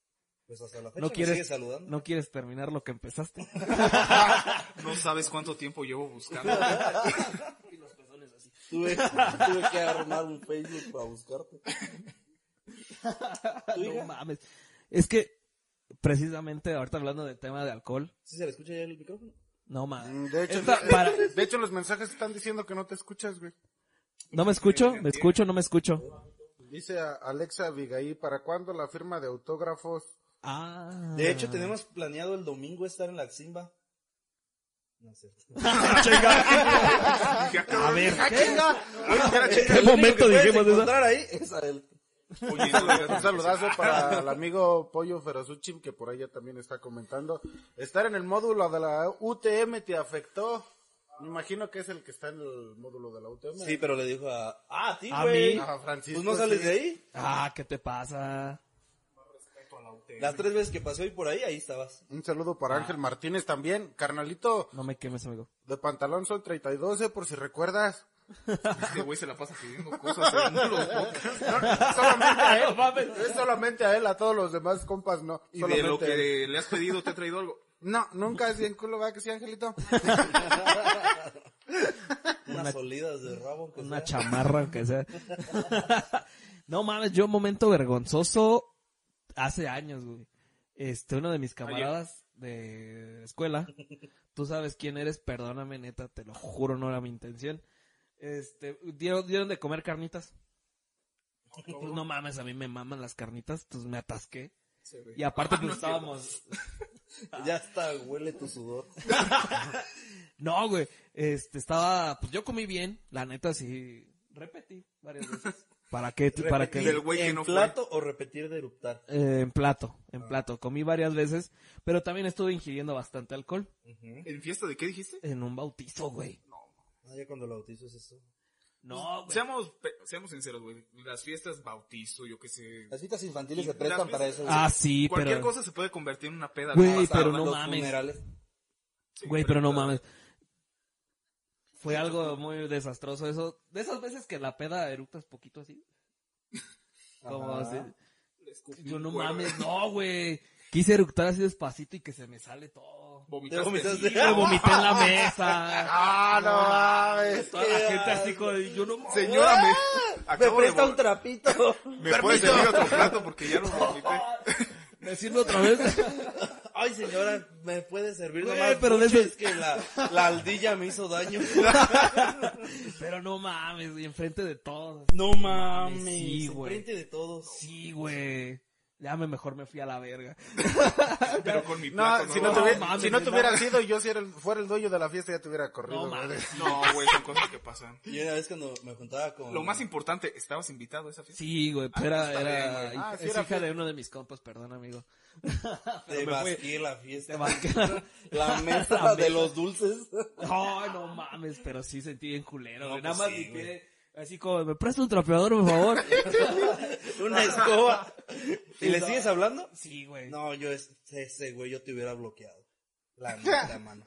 Speaker 4: Pues hasta la fecha
Speaker 2: No
Speaker 4: me
Speaker 2: quieres-
Speaker 4: sigue saludando.
Speaker 2: No quieres terminar lo que
Speaker 4: *laughs*
Speaker 2: empezaste. *laughs*
Speaker 5: No sabes cuánto tiempo
Speaker 2: *laughs*
Speaker 5: llevo buscando.
Speaker 4: Tuve, tuve que armar un Facebook para buscarte. ¿Tu
Speaker 2: no
Speaker 4: hija?
Speaker 2: mames. Es que, precisamente, ahorita hablando del tema de alcohol,
Speaker 4: ¿Sí se le escucha ya el micrófono?
Speaker 2: no
Speaker 4: Mm,
Speaker 2: mames.
Speaker 3: De hecho,
Speaker 2: Esta- para-
Speaker 3: de hecho, los mensajes están diciendo que no te escuchas, güey.
Speaker 2: ¿No me escucho? ¿Me escucho? ¿No me escucho?
Speaker 3: Dice a Alexa Abigail, ¿para cuándo la firma de autógrafos?
Speaker 2: Ah.
Speaker 4: De hecho, tenemos planeado el domingo estar en la Ximba. No es cierto. *laughs*
Speaker 5: A ver.
Speaker 3: ¡Ah, chinga!
Speaker 4: ¿En
Speaker 2: qué momento dijimos eso?
Speaker 4: encontrar ahí es a él.
Speaker 5: Oye,
Speaker 3: Un saludazo para el amigo Pollo Ferazuchim, que por ahí ya también está comentando. Estar en el módulo de la UTM te afectó. Me imagino que es el que está en el módulo de la UTM.
Speaker 4: Sí, pero le dijo a... Ah, a ti,
Speaker 2: A
Speaker 4: güey.
Speaker 2: mí.
Speaker 3: Ah, Francisco.
Speaker 4: Pues no sales
Speaker 3: sí.
Speaker 4: de ahí.
Speaker 2: Ah, ¿qué te pasa?
Speaker 4: Las tres veces que pasó y por ahí, ahí estabas.
Speaker 3: Un saludo para Ángel Martínez también. Carnalito,
Speaker 2: No me quemes, amigo.
Speaker 3: de pantalón son 32, eh, por si recuerdas.
Speaker 5: Este güey se la pasa pidiendo cosas en los podcasts.
Speaker 3: solamente
Speaker 2: *laughs*
Speaker 3: a él. es solamente a él, a todos los demás compas no.
Speaker 5: Y de
Speaker 3: Solamente a
Speaker 5: lo
Speaker 3: él.
Speaker 5: que le has pedido, te ha traído algo.
Speaker 3: No, nunca es bien culo, ¿verdad que sí, Angelito?
Speaker 4: Unas olidas de rabo. aunque
Speaker 2: Una
Speaker 4: sea.
Speaker 2: chamarra, aunque sea. *laughs* no mames, yo momento vergonzoso hace años, güey. Este, uno de mis camaradas de escuela, tú sabes quién eres, perdóname, neta, te lo juro, no era mi intención. Este, dieron, dieron de comer carnitas. Pues no mames, a mí me maman las carnitas, pues me atasqué. Y aparte, pues estábamos,
Speaker 4: Ya está, huele tu sudor.
Speaker 2: No, güey. Este, estaba, pues yo comí bien, la neta sí. Repetí varias veces. ¿Para qué? ¿Para qué?
Speaker 5: Del güey que
Speaker 4: ¿En
Speaker 5: no fue.
Speaker 4: plato o repetir de eruptar?
Speaker 2: Eh, en plato, en plato. Comí varias veces, pero también estuve ingiriendo bastante alcohol
Speaker 5: ¿En fiesta de qué dijiste?
Speaker 2: en un bautizo, güey.
Speaker 4: Ah, ya cuando lo bautizo es eso.
Speaker 2: No, güey.
Speaker 5: Pues, Seamos, pe- seamos sinceros, güey. Las fiestas bautizo, yo qué sé.
Speaker 4: Las citas infantiles se
Speaker 5: Y
Speaker 4: prestan
Speaker 5: las
Speaker 4: para
Speaker 5: veces-
Speaker 4: eso. güey.
Speaker 2: Ah, sí,
Speaker 5: Cualquier
Speaker 2: pero...
Speaker 5: cosa se puede convertir en una peda.
Speaker 2: Güey,
Speaker 5: ¿no? Hasta
Speaker 2: Ah, pero
Speaker 5: ahora
Speaker 2: no
Speaker 5: los
Speaker 2: mames.
Speaker 5: funerales. Sí,
Speaker 2: Güey, pero no
Speaker 5: ahorita-
Speaker 2: mames. Fue algo muy desastroso eso. De esas veces que la peda eructas poquito
Speaker 5: *laughs*
Speaker 2: así. Como
Speaker 4: Ajá.
Speaker 2: así.
Speaker 5: Le escupí
Speaker 2: Yo
Speaker 5: un
Speaker 2: no
Speaker 5: cuero.
Speaker 2: mames, no, güey. Quise eructar así despacito y que se me sale
Speaker 5: *laughs*
Speaker 2: todo.
Speaker 5: Vomitaste.
Speaker 4: Te vomitaste.
Speaker 5: Sí,
Speaker 2: Me
Speaker 5: no.
Speaker 2: vomité en la
Speaker 5: *laughs*
Speaker 2: mesa.
Speaker 3: Ah, no mames.
Speaker 2: Toda la gente así como de, yo no mames.
Speaker 5: Señora, me,
Speaker 4: ¡Ah! Me
Speaker 5: acabo de
Speaker 4: presta
Speaker 5: vol-
Speaker 4: un trapito.
Speaker 5: *laughs* ¿Me puede servir otro plato porque ya no vomité?
Speaker 2: Me sirve otra vez. *laughs*
Speaker 4: Ay, señora, ¿me puede servir
Speaker 2: Güey,
Speaker 4: nomás?
Speaker 2: pero de
Speaker 4: mucho?
Speaker 2: eso-
Speaker 4: Es que la, la aldilla me
Speaker 2: *laughs*
Speaker 4: hizo daño.
Speaker 2: Pero no mames, y enfrente de todos.
Speaker 4: no mames.
Speaker 2: Sí, güey.
Speaker 4: Enfrente de todos.
Speaker 2: Sí, güey. Ya me mejor me fui a la verga.
Speaker 5: Pero con mi plato.
Speaker 3: No, si no,
Speaker 2: No,
Speaker 3: tuviera,
Speaker 2: mames,
Speaker 3: si no
Speaker 2: no.
Speaker 3: tuviera sido, yo si era el- fuera el dueño de la fiesta ya te hubiera corrido.
Speaker 2: No
Speaker 3: güey.
Speaker 2: mames.
Speaker 5: No, güey, son cosas que pasan.
Speaker 4: Y una vez cuando me juntaba con...
Speaker 5: Lo más importante, ¿estabas invitado a esa fiesta?
Speaker 2: Sí, güey, pero era,
Speaker 5: Ah, está bien,
Speaker 2: era
Speaker 5: güey.
Speaker 2: hija-
Speaker 3: Ah, sí,
Speaker 2: es
Speaker 3: era
Speaker 2: hija
Speaker 3: fiel.
Speaker 2: de uno de mis compas, perdón, amigo. *laughs*
Speaker 4: Te
Speaker 2: me fui.
Speaker 4: basqué la fiesta.
Speaker 2: Te basqué. *laughs*
Speaker 4: La mesa
Speaker 2: La
Speaker 4: de los dulces.
Speaker 2: No, no mames, pero sí sentí bien culero,
Speaker 4: No,
Speaker 2: güey.
Speaker 4: pues
Speaker 2: Nada más
Speaker 4: sí,
Speaker 2: ni
Speaker 4: güey.
Speaker 2: que- así como, ¿me presta un trapeador, por favor?
Speaker 4: Una escoba. *laughs* ¿Y le sigues hablando?
Speaker 2: sí, güey.
Speaker 4: No, yo es- ese güey yo te hubiera bloqueado. La neta, mano.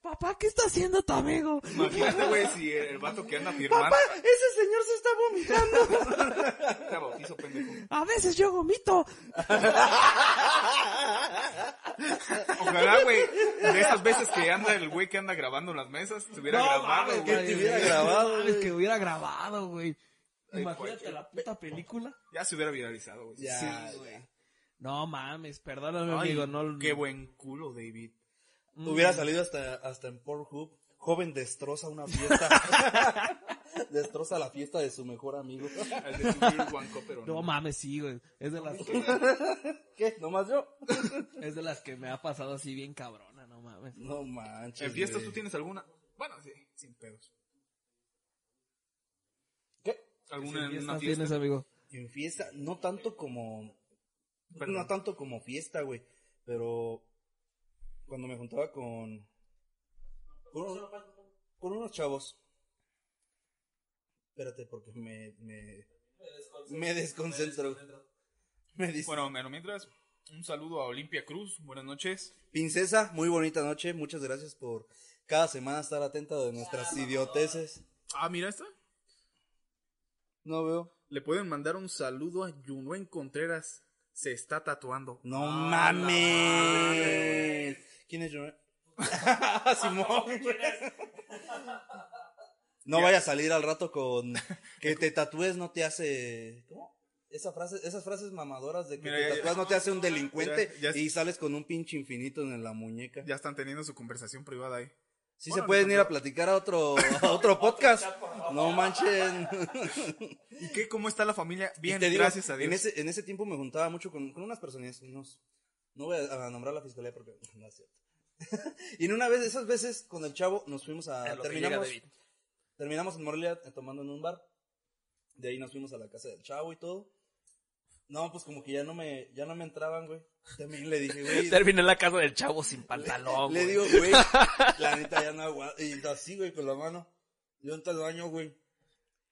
Speaker 2: Papá, ¿qué está haciendo tu amigo? *laughs*
Speaker 5: Imagínate, güey, si el vato que anda a firmar
Speaker 4: Papá, ese señor se está vomitando.
Speaker 5: te bautizo, pendejo.
Speaker 2: A veces yo gomito.
Speaker 5: Ojalá, güey, de esas veces que anda el güey que anda grabando las mesas, te hubiera grabado,
Speaker 2: mames,
Speaker 5: güey.
Speaker 4: que te hubiera grabado,
Speaker 2: mames,
Speaker 4: güey.
Speaker 2: que hubiera grabado, güey.
Speaker 5: Ay,
Speaker 2: Imagínate
Speaker 5: cualquier-
Speaker 2: la puta película.
Speaker 5: Ya se hubiera viralizado, güey.
Speaker 4: Ya,
Speaker 5: Sí.
Speaker 4: ya.
Speaker 2: No mames, perdóname,
Speaker 5: Ay,
Speaker 2: amigo. No,
Speaker 5: Qué buen culo, David.
Speaker 2: Mm.
Speaker 4: Hubiera salido hasta, hasta en Pornhub. Joven destroza una fiesta. destroza la fiesta de su mejor amigo.
Speaker 5: Al de tu Girl One Cup, pero
Speaker 2: No mames, sí, güey. Es de las
Speaker 4: ¿Qué? ¿Nomás yo?
Speaker 2: es de las que me ha pasado así bien cabrona, no mames.
Speaker 4: No manches.
Speaker 5: ¿En fiestas tú
Speaker 4: güey.
Speaker 5: tienes alguna? Bueno, sí, sin pedos.
Speaker 4: ¿Qué?
Speaker 5: ¿Alguna en
Speaker 2: fiestas
Speaker 5: una
Speaker 2: tienes,
Speaker 5: fiesta?
Speaker 2: amigo?
Speaker 4: En fiesta, no tanto como.
Speaker 5: Perdón.
Speaker 4: pues, No tanto como fiesta, güey. Pero. Cuando me juntaba con. Con, un- con unos chavos. Espérate, porque me. Me, me desconcentro. Me dice.
Speaker 5: Bueno, bueno, mientras, un saludo a Olimpia Cruz. Buenas noches.
Speaker 4: Princesa, muy bonita noche. Muchas gracias por cada semana estar atenta de nuestras idioteces.
Speaker 5: Ah, mira esta.
Speaker 4: No veo.
Speaker 5: Le pueden mandar un saludo a Junuen Contreras. Se está tatuando.
Speaker 4: No mames. ¿Quién es Jonah? *laughs* Simón. no vaya a salir al rato
Speaker 5: *laughs*
Speaker 4: con que te tatúes no te hace ¿Cómo? Esa frase, esas frases mamadoras de que
Speaker 5: Mira,
Speaker 4: te
Speaker 5: ya- ya-
Speaker 4: tatúas no te hace un delincuente
Speaker 5: Ya- ya-
Speaker 4: y sales con un pinche infinito en la muñeca.
Speaker 5: Ya están teniendo su conversación privada ahí.
Speaker 4: Sí
Speaker 5: Bueno,
Speaker 4: se pueden
Speaker 5: no,
Speaker 4: ir a
Speaker 5: no.
Speaker 4: platicar a otro
Speaker 5: *laughs*
Speaker 4: a otro podcast. No manchen.
Speaker 5: ¿Y qué? ¿Cómo está la familia? Bien,
Speaker 4: Y te digo,
Speaker 5: gracias a Dios.
Speaker 4: En ese, en ese tiempo me juntaba mucho con, con unas personas, unos- no voy a, a nombrar la fiscalía porque *laughs* no es cierto. y en una vez, esas veces, con el chavo, nos fuimos a,
Speaker 2: A lo que llega
Speaker 4: terminamos,
Speaker 2: David.
Speaker 4: terminamos en Morelia eh, tomando en un bar. De ahí nos fuimos a la casa del chavo y todo. No, pues como que ya no me, ya no me entraban, güey. También le dije,
Speaker 2: *laughs*
Speaker 4: güey,
Speaker 2: Terminé en la casa del chavo sin pantalón,
Speaker 4: le
Speaker 2: güey.
Speaker 4: digo, güey, la neta ya no aguanto. Y así, güey, con la mano. Yo entré al baño, güey.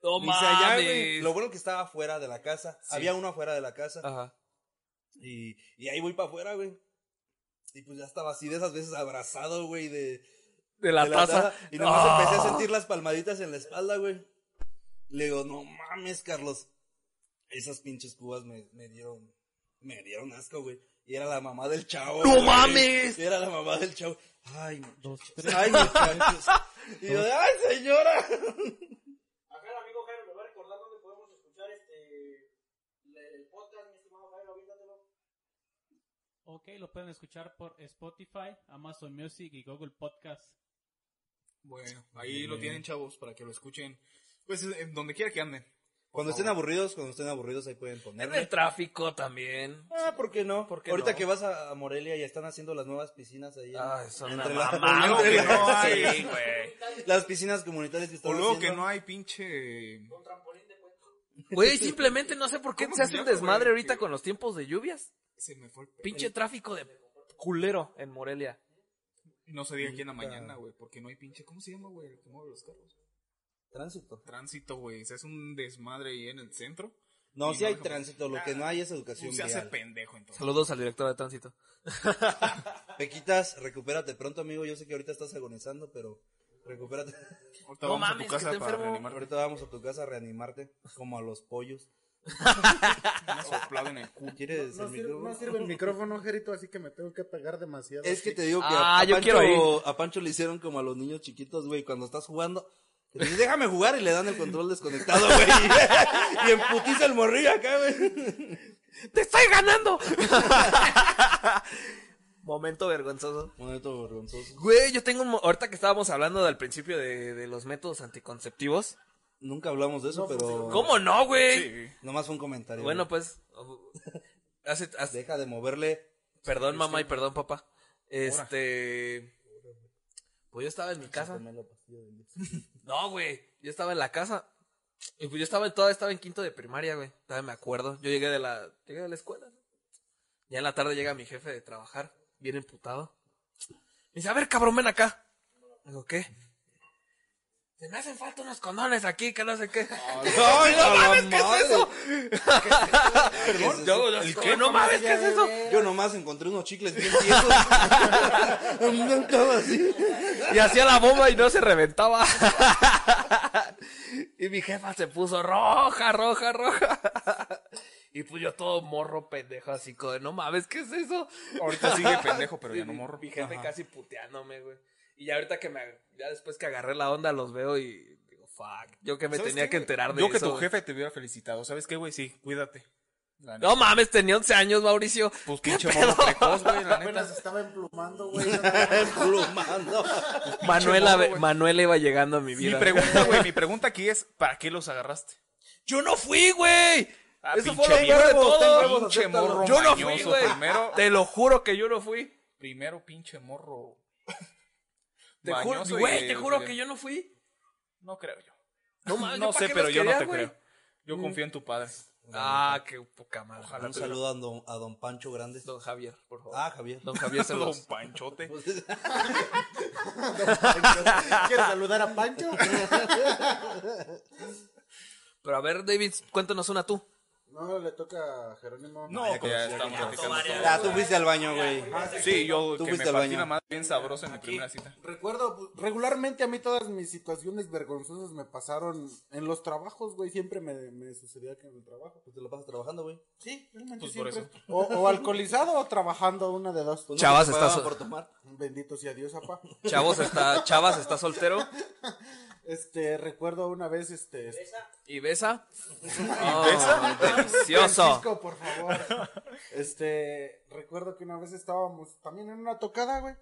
Speaker 2: no
Speaker 4: Me hice allá, güey.
Speaker 2: mames.
Speaker 4: Lo bueno que estaba afuera de la casa.
Speaker 2: Sí.
Speaker 4: Había uno afuera de la casa.
Speaker 2: Ajá.
Speaker 4: Y, y ahí voy para afuera, güey. Y pues ya estaba así de esas veces abrazado, güey, de,
Speaker 2: De la
Speaker 4: de la
Speaker 2: taza.
Speaker 4: taza, Y nomás
Speaker 2: Ah.
Speaker 4: empecé a sentir las palmaditas en la espalda, güey. Le digo, no mames, Carlos. Esas pinches cubas me, me dieron, me dieron asco, güey. Y era la mamá del chavo.
Speaker 2: ¡No
Speaker 4: güey.
Speaker 2: mames!
Speaker 4: Y era la mamá del chavo. Ay, muchachos.
Speaker 2: Dos, tres.
Speaker 4: Ay, muchachos.
Speaker 2: *laughs*
Speaker 4: Y yo, ay, señora.
Speaker 7: Acá el amigo Jairo nos va a recordar dónde podemos escuchar este el, el podcast, mi estimado Jairo, aviéntatelo.
Speaker 8: Ok, lo pueden escuchar por Spotify, Amazon Music y Google Podcast.
Speaker 5: Bueno, ahí lo tienen, chavos, para que lo escuchen. Pues en donde quiera que anden.
Speaker 4: Cuando estén aburridos, cuando estén aburridos ahí pueden
Speaker 2: En
Speaker 4: ponerme.
Speaker 2: el tráfico también.
Speaker 4: Ah, ¿por qué no?
Speaker 2: ¿Por qué
Speaker 4: Ahorita
Speaker 2: no? Ah,
Speaker 4: que vas a a Morelia y están haciendo las nuevas piscinas ahí. en-
Speaker 2: Ay,
Speaker 4: *laughs*
Speaker 2: son una
Speaker 4: Entre la-
Speaker 2: mamada,
Speaker 4: entre
Speaker 2: güey.
Speaker 4: *laughs* la-
Speaker 5: Ah, No hay.
Speaker 2: Sí, güey.
Speaker 4: las piscinas comunitarias que están
Speaker 5: O luego
Speaker 4: haciendo.
Speaker 5: que no hay pinche.
Speaker 7: Un trampolín de puente.
Speaker 2: Güey, simplemente no sé por qué
Speaker 5: ¿Cómo
Speaker 2: se
Speaker 5: se
Speaker 2: hace un
Speaker 5: llama,
Speaker 2: desmadre
Speaker 5: güey?
Speaker 2: ahorita
Speaker 5: Que-
Speaker 2: con los tiempos de lluvias.
Speaker 5: Se me fue el pe-
Speaker 2: Pinche tráfico de culero en Morelia.
Speaker 5: No se diga aquí en la mañana, güey, porque no hay pinche. ¿Cómo se llama, güey? El que mueve los carros.
Speaker 4: Tránsito.
Speaker 5: Tránsito, güey. Se hace un desmadre ahí en el centro.
Speaker 4: No,
Speaker 5: Y
Speaker 4: sí hay
Speaker 5: no,
Speaker 4: tránsito, lo que no hay es educación
Speaker 5: se hace
Speaker 4: vial.
Speaker 5: pendejo, entonces.
Speaker 2: Saludos al director de tránsito.
Speaker 4: Pequitas, recupérate pronto, amigo. Yo sé que ahorita estás agonizando, pero recupérate.
Speaker 5: Ahorita
Speaker 2: No
Speaker 5: vamos
Speaker 2: mames,
Speaker 5: a
Speaker 2: que
Speaker 5: tu casa
Speaker 2: está
Speaker 5: para
Speaker 2: enfermo.
Speaker 5: reanimarte.
Speaker 4: Ahorita vamos a tu casa a reanimarte, como a los pollos.
Speaker 5: Una soplada en el culo.
Speaker 4: ¿Quieres
Speaker 3: No
Speaker 4: el
Speaker 3: sirve,
Speaker 4: micrófono?
Speaker 3: no sirve el micrófono, Jerito, así que me tengo que pegar demasiado.
Speaker 4: Es que te digo que
Speaker 2: Ah, yo quiero ir.
Speaker 4: a Pancho le hicieron como a los niños chiquitos, güey, cuando estás jugando. que te dice, Déjame jugar y le dan el control desconectado, güey. *laughs* Y em- emputiza el morrillo acá, güey.
Speaker 2: *laughs* ¡Te estoy ganando! *laughs* Momento vergonzoso.
Speaker 4: Momento vergonzoso.
Speaker 2: Güey, yo tengo un... mo- Ahorita que estábamos hablando al principio de, de los métodos anticonceptivos.
Speaker 4: Nunca hablamos de eso, pero.
Speaker 2: ¿Cómo no, güey?
Speaker 5: Sí.
Speaker 4: Nomás fue un comentario.
Speaker 2: Bueno,
Speaker 4: güey.
Speaker 2: pues... uh, hace- hace-
Speaker 4: Deja de moverle.
Speaker 2: perdón, mamá, y perdón, papá. Este... Pues yo estaba en mi casa. *laughs* No, güey. Yo estaba en la casa. Y pues yo estaba en toda, estaba en quinto de primaria, güey. Todavía me acuerdo. Yo llegué de la, llegué de la escuela. Ya en la tarde llega mi jefe de trabajar, bien emputado. Me dice, a ver, cabrón, ven acá. Digo, ¿qué? Se me hacen falta unos condones aquí, que no sé
Speaker 4: *laughs*
Speaker 2: qué.
Speaker 4: ¡Ay,
Speaker 2: no
Speaker 4: a la
Speaker 2: mames, ¿qué es
Speaker 4: madre!
Speaker 2: eso?
Speaker 4: Perdón,
Speaker 2: Yo, yo, ¿qué? No mames, ¿qué es eso?
Speaker 4: Yo nomás encontré unos chicles bien tiesos. Me andaba *laughs* así.
Speaker 2: Y hacía la bomba y no se reventaba. *laughs* y mi jefa se puso roja, roja, roja. y pues yo todo morro pendejo, así como de no mames, ¿qué es eso?
Speaker 5: Ahorita sigue pendejo, pero
Speaker 2: Sí,
Speaker 5: ya no
Speaker 2: mi-
Speaker 5: morro.
Speaker 2: Mi jefe casi puteándome, güey. Y ya ahorita que me, ya después que agarré la onda los veo y digo, fuck, yo que me
Speaker 5: ¿Sabes
Speaker 2: tenía
Speaker 5: qué,
Speaker 2: que
Speaker 5: güey?
Speaker 2: enterar de
Speaker 5: Yo
Speaker 2: eso.
Speaker 5: que tu
Speaker 2: güey.
Speaker 5: jefe te hubiera felicitado. ¿Sabes qué, güey? Sí, cuídate. La
Speaker 2: No mames, tenía 11 años, Mauricio.
Speaker 5: Pues pinche morro
Speaker 2: *laughs*
Speaker 5: precoz, güey, la
Speaker 3: Apenas
Speaker 5: neta.
Speaker 3: estaba emplumando, *laughs* güey.
Speaker 4: Plumando.
Speaker 2: Manuela,
Speaker 5: morro, güey.
Speaker 2: Manuela iba llegando a mi
Speaker 5: Mi
Speaker 2: vida.
Speaker 5: pregunta, güey, mi pregunta aquí es, ¿para qué los agarraste?
Speaker 2: Yo no fui, güey.
Speaker 5: Ah,
Speaker 2: eso fue
Speaker 5: pinche
Speaker 2: lo peor de
Speaker 5: mierda,
Speaker 2: todo.
Speaker 5: ten huevos, acéptalo.
Speaker 2: yo no fui,
Speaker 5: mañoso,
Speaker 2: güey.
Speaker 5: primero.
Speaker 2: Te lo juro que yo no fui.
Speaker 5: Primero pinche morro.
Speaker 2: Te juro,
Speaker 5: mañoso y
Speaker 2: güey, te
Speaker 5: de-
Speaker 2: juro
Speaker 5: de-
Speaker 2: que yo no fui.
Speaker 5: No creo yo.
Speaker 2: No
Speaker 5: *laughs*
Speaker 2: mames,
Speaker 5: No
Speaker 2: ¿yo pa'
Speaker 5: sé,
Speaker 2: qué
Speaker 5: pero
Speaker 2: los
Speaker 5: yo no
Speaker 2: quería,
Speaker 5: te
Speaker 2: güey?
Speaker 5: creo. Yo confío en tu *laughs* padre.
Speaker 2: Ah, qué poca madre.
Speaker 5: Ojalá.
Speaker 4: Un saludo a don, a don Pancho Grande.
Speaker 2: Don Javier, por favor.
Speaker 4: Ah, Javier.
Speaker 2: Don
Speaker 5: *laughs*
Speaker 2: Javier se
Speaker 5: Don
Speaker 2: los...
Speaker 5: Panchote.
Speaker 3: ¿Quieres saludar a Pancho?
Speaker 2: Pero a ver, David, cuéntanos una tú.
Speaker 3: No, le toca a Jerónimo.
Speaker 5: No,
Speaker 4: ya
Speaker 5: pues ya
Speaker 4: conocí
Speaker 5: estamos platicando todo.
Speaker 4: Ah, tú fuiste al baño, güey.
Speaker 5: Sí, yo
Speaker 4: Ah, Tú
Speaker 5: que me
Speaker 4: fuiste al
Speaker 5: partí
Speaker 4: baño.
Speaker 5: la madre bien sabroso en mi primera cita.
Speaker 3: Recuerdo, pues, regularmente a mí todas mis situaciones vergonzosas me pasaron en los trabajos, güey. Siempre me, me sucedía que en el trabajo.
Speaker 4: Pues te lo pasas trabajando, güey.
Speaker 3: Sí, realmente
Speaker 5: Pues por
Speaker 3: siempre. O, o alcoholizado o trabajando, una de dos.
Speaker 4: Pues no
Speaker 2: Chavas,
Speaker 4: te pagaban
Speaker 2: estás-
Speaker 4: por tomar.
Speaker 3: Bendito sea Dios, apá.
Speaker 2: Chavos está, Chavas está soltero
Speaker 3: Este, recuerdo una vez, este... este,
Speaker 2: y besa. ¿Y besa? Delicioso.
Speaker 3: Francisco, por favor. Este, recuerdo que una vez estábamos también en una tocada, güey.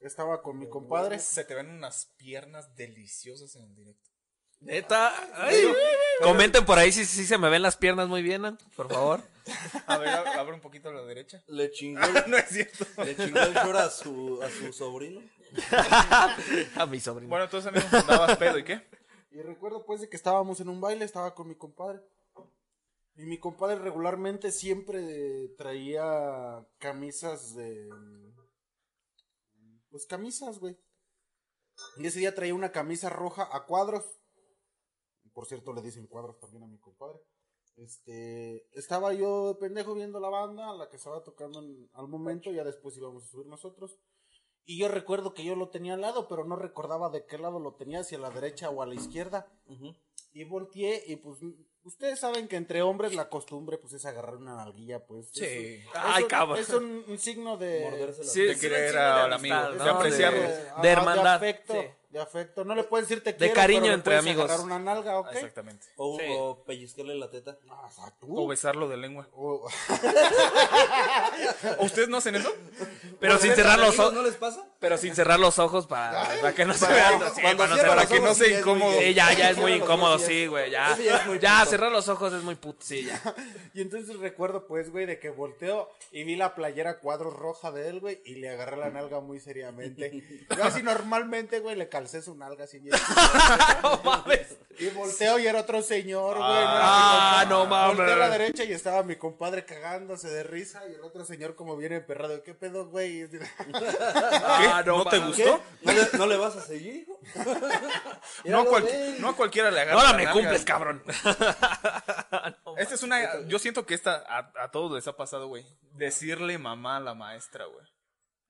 Speaker 3: Estaba con mi compadre.
Speaker 5: Se te ven unas piernas deliciosas en el directo.
Speaker 2: Neta. ay, comenten por ahí si, si se me ven las piernas muy bien, ¿no? por favor.
Speaker 5: *laughs* A ver, ab- abre un poquito a la derecha.
Speaker 4: Le chingó, el-
Speaker 5: *laughs* No es cierto.
Speaker 4: le chingó el short a su, a su sobrino.
Speaker 2: A mi sobrino.
Speaker 5: Bueno, entonces amigos, andabas pedo, ¿y *laughs* qué?
Speaker 3: Y recuerdo pues de que estábamos en un baile, estaba con mi compadre. Y mi compadre regularmente siempre traía camisas de... Pues camisas, güey. Y ese día traía una camisa roja a cuadros. Por cierto, le dicen cuadros también a mi compadre. Este, estaba yo de pendejo viendo la banda, la que estaba tocando en- al momento, ya después íbamos a subir nosotros. Y yo recuerdo que yo lo tenía al lado, pero no recordaba de qué lado lo tenía, si a la derecha o a la izquierda. Y volteé y pues ustedes saben que entre hombres la costumbre pues es agarrar una nalguilla, pues.
Speaker 2: Sí.
Speaker 3: Es un-
Speaker 2: Ay,
Speaker 3: es un-
Speaker 2: cabrón.
Speaker 3: Es un, un signo de...
Speaker 4: Mordérsela.
Speaker 2: Sí,
Speaker 5: De
Speaker 2: sí,
Speaker 5: querer
Speaker 2: sí, de
Speaker 5: al amigo,
Speaker 2: amistad,
Speaker 5: de
Speaker 2: ¿no?
Speaker 5: apreciarlo.
Speaker 2: De,
Speaker 3: ajá,
Speaker 2: de hermandad.
Speaker 3: Ah, De afecto,
Speaker 2: sí.
Speaker 3: de afecto. No le puedes decir te
Speaker 2: De
Speaker 3: quiero,
Speaker 2: cariño
Speaker 3: pero le
Speaker 2: entre
Speaker 3: puedes
Speaker 2: amigos.
Speaker 3: agarrar una nalga, ¿ok?
Speaker 5: Exactamente.
Speaker 4: O,
Speaker 2: Sí.
Speaker 4: o pellizcarle la teta.
Speaker 3: Ah, o sea,
Speaker 4: Uh.
Speaker 3: tú.
Speaker 5: O besarlo de lengua.
Speaker 3: O- *laughs*
Speaker 5: ¿O ¿Ustedes no hacen eso?
Speaker 2: Pero sin cerrar los
Speaker 4: amigos, ¿No
Speaker 2: ojos.
Speaker 4: les pasa?
Speaker 2: Pero sin cerrar los ojos para, para que no se vean. sí,
Speaker 4: cuando
Speaker 2: para no
Speaker 4: cierran
Speaker 2: cerrar-
Speaker 5: Para que no sea incómodo.
Speaker 2: Sí, ya, ya es muy
Speaker 4: Cierra los
Speaker 2: incómodo,
Speaker 4: ojos,
Speaker 2: sí, güey, ya.
Speaker 4: Eso ya es muy
Speaker 2: Ya,
Speaker 4: puto.
Speaker 2: cerrar los ojos es muy puto, sí, ya.
Speaker 3: Y entonces recuerdo, pues, güey, de que volteo y vi
Speaker 2: *laughs*
Speaker 3: la playera cuadro roja de él, güey, y le agarré la nalga muy seriamente. Yo así normalmente, güey, le alcé su nalga así bien. Y volteo y era otro señor, güey. no era mi
Speaker 2: Ah,
Speaker 3: compa-
Speaker 2: no mames.
Speaker 3: Volteo a la derecha y estaba mi compadre cagándose de risa y el otro señor como bien emperrado. ¿Qué pedo, güey? Y-
Speaker 2: Ah, no,
Speaker 5: ¿No te
Speaker 2: mames.
Speaker 5: gustó?
Speaker 4: ¿No le, no le vas a seguir,
Speaker 5: *laughs*
Speaker 4: hijo?
Speaker 5: No, a
Speaker 4: Míralo,
Speaker 5: cual-
Speaker 4: ven.
Speaker 5: no a cualquiera le agarra.
Speaker 2: Ahora
Speaker 5: la
Speaker 2: me
Speaker 5: nalga.
Speaker 2: cumples,
Speaker 5: *laughs*
Speaker 2: cabrón.
Speaker 5: Esta es una. Yo siento que esta a, a todos les ha pasado, güey. Decirle mamá a la maestra, güey.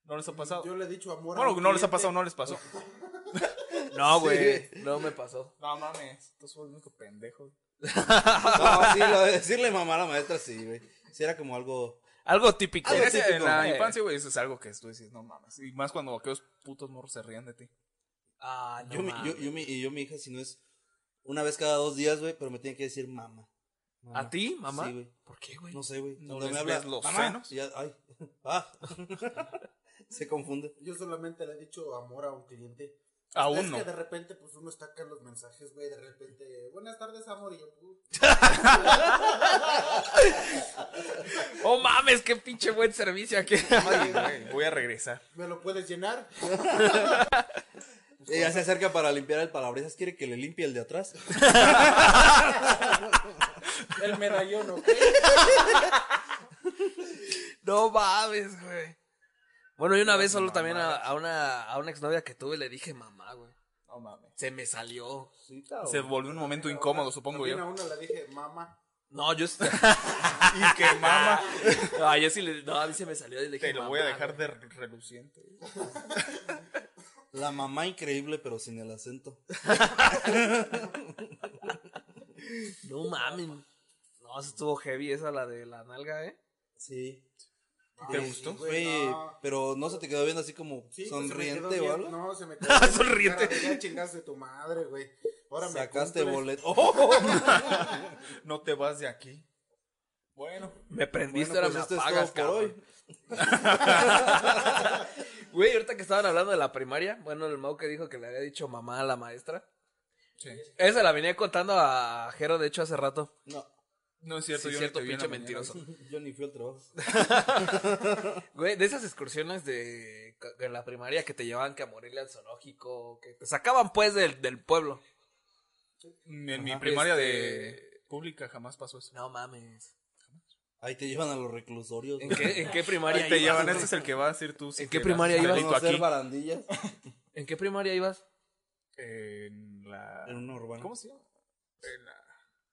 Speaker 5: ¿No les ha pasado?
Speaker 3: Yo le he dicho amor. a
Speaker 5: Bueno,
Speaker 3: un
Speaker 5: no les ha
Speaker 3: cliente.
Speaker 5: pasado, no les pasó.
Speaker 2: No, güey. No me pasó.
Speaker 5: No mames, tú sos el único pendejo.
Speaker 4: No, sí, lo de decirle mamá a la maestra, sí, güey. Sí, era como algo.
Speaker 2: Algo típico.
Speaker 4: Algo
Speaker 5: En ese- en
Speaker 4: típico,
Speaker 5: la
Speaker 4: eh.
Speaker 5: *laughs* infancia, güey, eso es algo que tú dices, no mames. Y más cuando aquellos putos morros se rían de ti.
Speaker 2: Ah, no
Speaker 4: yo, mi, yo,
Speaker 2: mames.
Speaker 4: yo mi- y yo, mi hija, si no es una vez cada dos días, güey, pero me tiene que decir mamá. Mamá.
Speaker 2: ¿A ti, mamá?
Speaker 4: Sí, güey.
Speaker 2: ¿Por qué, güey?
Speaker 4: No sé, güey.
Speaker 5: ¿No
Speaker 4: Cuando
Speaker 5: les ves los
Speaker 4: "Mamá",
Speaker 5: senos?
Speaker 4: y ya- ay, *laughs* ah. Se confunde.
Speaker 3: *laughs* Yo solamente le he dicho amor a un cliente.
Speaker 5: Aún
Speaker 3: es
Speaker 5: no.
Speaker 3: que de repente, pues uno está acá en los mensajes, güey. De repente, buenas tardes, amor. Y yo, "Uh".
Speaker 2: Oh mames, qué pinche buen servicio aquí.
Speaker 5: Ay, güey, Voy a regresar.
Speaker 3: ¿me lo puedes llenar?
Speaker 4: Ella se acerca para limpiar el parabrisas, quiere que le limpie el de atrás.
Speaker 3: El medallón, ¿ok?
Speaker 2: *laughs* No mames, güey. Bueno, y una vez solo también a, a una, a una exnovia que tuve le dije mamá, güey.
Speaker 5: No mames.
Speaker 2: Se me salió.
Speaker 5: Se volvió un momento incómodo, supongo
Speaker 3: También a
Speaker 5: yo. Ah,
Speaker 3: uno le dije, mamá.
Speaker 2: No, yo.
Speaker 5: Y que mamá.
Speaker 2: *laughs* no, yo sí le. No, a mí se me salió y le dije
Speaker 5: Te lo voy a
Speaker 2: mamá,
Speaker 5: dejar
Speaker 2: güey.
Speaker 5: de reluciente.
Speaker 4: La mamá increíble, pero sin el acento.
Speaker 2: No mames. No, eso estuvo heavy esa, la de la nalga, ¿eh?
Speaker 4: Sí.
Speaker 5: ¿Te
Speaker 4: Ah, Sí,
Speaker 5: gustó?
Speaker 4: Este, güey,
Speaker 3: no.
Speaker 4: pero no se te quedó viendo así como
Speaker 3: Sí, pues, se me quedó
Speaker 4: sonriente
Speaker 3: bien-
Speaker 4: o algo.
Speaker 3: No, se
Speaker 5: *laughs*
Speaker 3: me quedó bien la
Speaker 5: Sonriente.
Speaker 3: cara de, Ya chingaste tu madre, güey. Ahora me
Speaker 4: Sacaste
Speaker 3: cumples".
Speaker 4: *laughs* boleto.
Speaker 5: No te vas de aquí. Bueno.
Speaker 2: Me prendiste,
Speaker 4: Bueno,
Speaker 2: ahora
Speaker 4: pues, esto
Speaker 2: me
Speaker 4: es
Speaker 2: apagas,
Speaker 4: todo por
Speaker 2: cabrón.
Speaker 4: hoy.
Speaker 2: *laughs* Güey, ahorita que estaban hablando de la primaria, bueno, el Mau que dijo que le había dicho mamá a la maestra.
Speaker 5: Sí.
Speaker 2: Esa la venía contando a Jero, de hecho, hace rato.
Speaker 4: No,
Speaker 5: No es cierto,
Speaker 2: Sí,
Speaker 5: yo
Speaker 2: cierto,
Speaker 5: no te vi en la
Speaker 2: pinche
Speaker 5: mañana.
Speaker 2: mentiroso.
Speaker 4: yo ni fui al trabajo.
Speaker 2: Güey, de esas excursiones de, de la primaria que te llevaban que a Morelia al zoológico, que te sacaban pues del, del pueblo.
Speaker 5: En mi
Speaker 2: Ajá.
Speaker 5: primaria
Speaker 2: Este-
Speaker 5: de pública jamás pasó eso.
Speaker 2: No mames.
Speaker 4: Ahí te llevan a los reclusorios.
Speaker 2: ¿En
Speaker 4: güey.
Speaker 2: qué,
Speaker 4: *laughs*
Speaker 2: en qué primaria
Speaker 5: Ahí te
Speaker 2: ibas,
Speaker 5: llevan,
Speaker 2: güey?
Speaker 5: este es el que va a decir tú. si
Speaker 2: ¿En qué
Speaker 5: quieras.
Speaker 2: primaria
Speaker 4: A
Speaker 2: ibas?
Speaker 5: Delito
Speaker 4: conocer
Speaker 5: aquí.
Speaker 4: barandillas
Speaker 2: ¿En qué primaria ibas?
Speaker 5: En la...
Speaker 4: en una urbana.
Speaker 5: ¿Cómo se llama? En la...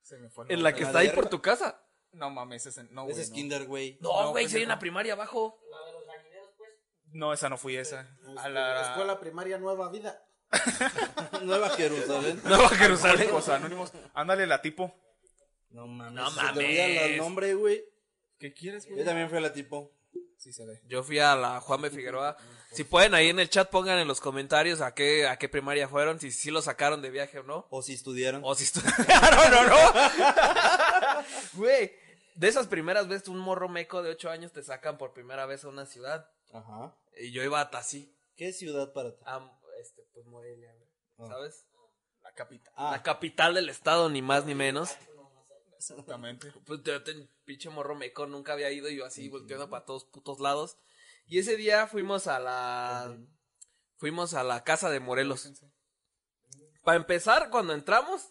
Speaker 5: Se me fue. el
Speaker 2: En
Speaker 5: nombre.
Speaker 2: la que
Speaker 4: la
Speaker 2: está
Speaker 4: de
Speaker 2: ahí por
Speaker 4: arriba.
Speaker 2: tu casa.
Speaker 5: No mames, ese... No, güey,
Speaker 4: Ese es
Speaker 5: no.
Speaker 4: Kinder, güey.
Speaker 2: No, güey,
Speaker 5: pues,
Speaker 2: si hay
Speaker 5: no.
Speaker 2: una primaria abajo.
Speaker 5: No, esa no fui esa. A
Speaker 3: Este,
Speaker 5: la... *laughs*
Speaker 3: Escuela primaria, nueva vida.
Speaker 4: *laughs* Nueva Jerusalén.
Speaker 2: Nueva
Speaker 5: Alcohólicos Anónimos. Ándale, la tipo.
Speaker 4: No mames.
Speaker 2: No
Speaker 4: se te olvida
Speaker 2: mames.
Speaker 4: el nombre, güey.
Speaker 5: ¿Qué quieres,
Speaker 4: Yo
Speaker 5: güey?
Speaker 4: también fui a la tipo.
Speaker 5: Sí, se ve.
Speaker 2: Yo fui a la Juan B. Figueroa. Si pueden ahí en el chat pongan en los comentarios a qué, a qué primaria fueron, si sí lo sacaron de viaje o no.
Speaker 4: O si estudiaron.
Speaker 2: O si *laughs* estudiaron o no. *laughs* Güey, de esas primeras veces un morro meco de 8 años te sacan por primera vez a una ciudad.
Speaker 4: Ajá.
Speaker 2: Y yo iba a Tasí,
Speaker 4: ¿Qué ciudad para ti?
Speaker 2: a este, pues Morelia, güey,
Speaker 4: Ah.
Speaker 2: ¿Sabes?
Speaker 5: La capital.
Speaker 4: Ah,
Speaker 2: La capital del estado, ni más ni menos.
Speaker 5: Exactamente.
Speaker 2: Pues yo ten- pinche morro meco, nunca había ido yo así volteando para todos putos lados. Y ese día fuimos a la. Fuimos a la casa de Morelos. Para empezar, cuando entramos,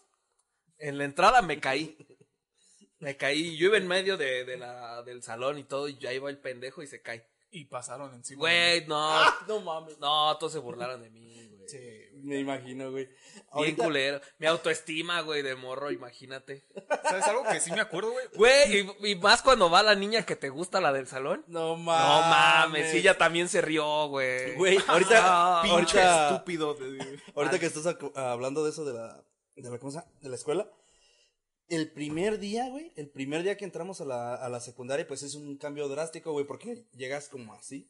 Speaker 2: en la entrada me caí. Me caí, yo iba en medio de, de la, del salón y todo, y ya iba el pendejo y se cae.
Speaker 5: Y pasaron encima.
Speaker 2: Güey, no,
Speaker 4: no mames.
Speaker 2: no, todos se burlaron de mí, güey.
Speaker 5: Sí, güey.
Speaker 4: Me imagino, güey.
Speaker 2: Bien
Speaker 4: Ahorita-
Speaker 2: culero. Mi autoestima, güey, de morro, imagínate.
Speaker 5: ¿Sabes algo que sí me acuerdo,
Speaker 4: *laughs*
Speaker 5: güey?
Speaker 2: Güey, y, y más cuando va la niña que te gusta, la del salón.
Speaker 4: No mames.
Speaker 2: No mames, sí, ella también se rió, güey.
Speaker 4: Güey, ahorita.
Speaker 2: Ah,
Speaker 5: Pinche
Speaker 4: ahorita-
Speaker 5: estúpido. de-
Speaker 4: Ahorita que estás ac- hablando de eso de la, de la, ¿cómo se llama? de la escuela, el primer día, güey, el primer día que entramos a la, a la secundaria, pues es un cambio drástico, güey, porque llegas como así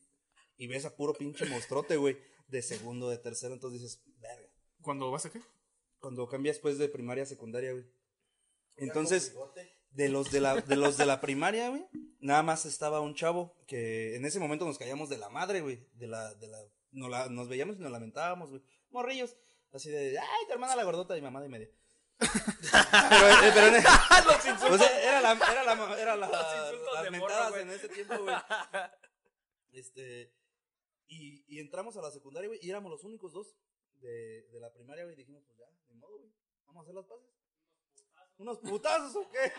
Speaker 4: y ves a puro pinche monstruote, güey, de segundo, de tercero, entonces dices, verga,
Speaker 5: ¿Cuándo vas a qué?
Speaker 4: cuando cambias pues de primaria a secundaria, güey. Entonces, de los de la, de los de la primaria, güey, nada más estaba un chavo que en ese momento nos caíamos de la madre, güey, de la, de la, nos, la- nos veíamos y nos lamentábamos, güey, morrillos, así de, ay, tu hermana la gordota y mamá de media. *laughs* pero, eh, pero en-
Speaker 2: Ah,
Speaker 4: o sea, era la, era la, era la,
Speaker 2: insultos
Speaker 4: las
Speaker 2: de morro,
Speaker 4: mentadas
Speaker 2: güey.
Speaker 4: en ese tiempo, güey. Este, y, y entramos a la secundaria, güey, y éramos los únicos dos de, de la primaria, güey, dijimos, pues ya, ni modo, güey, vamos a hacer las paces. ¿Unos putazos o qué?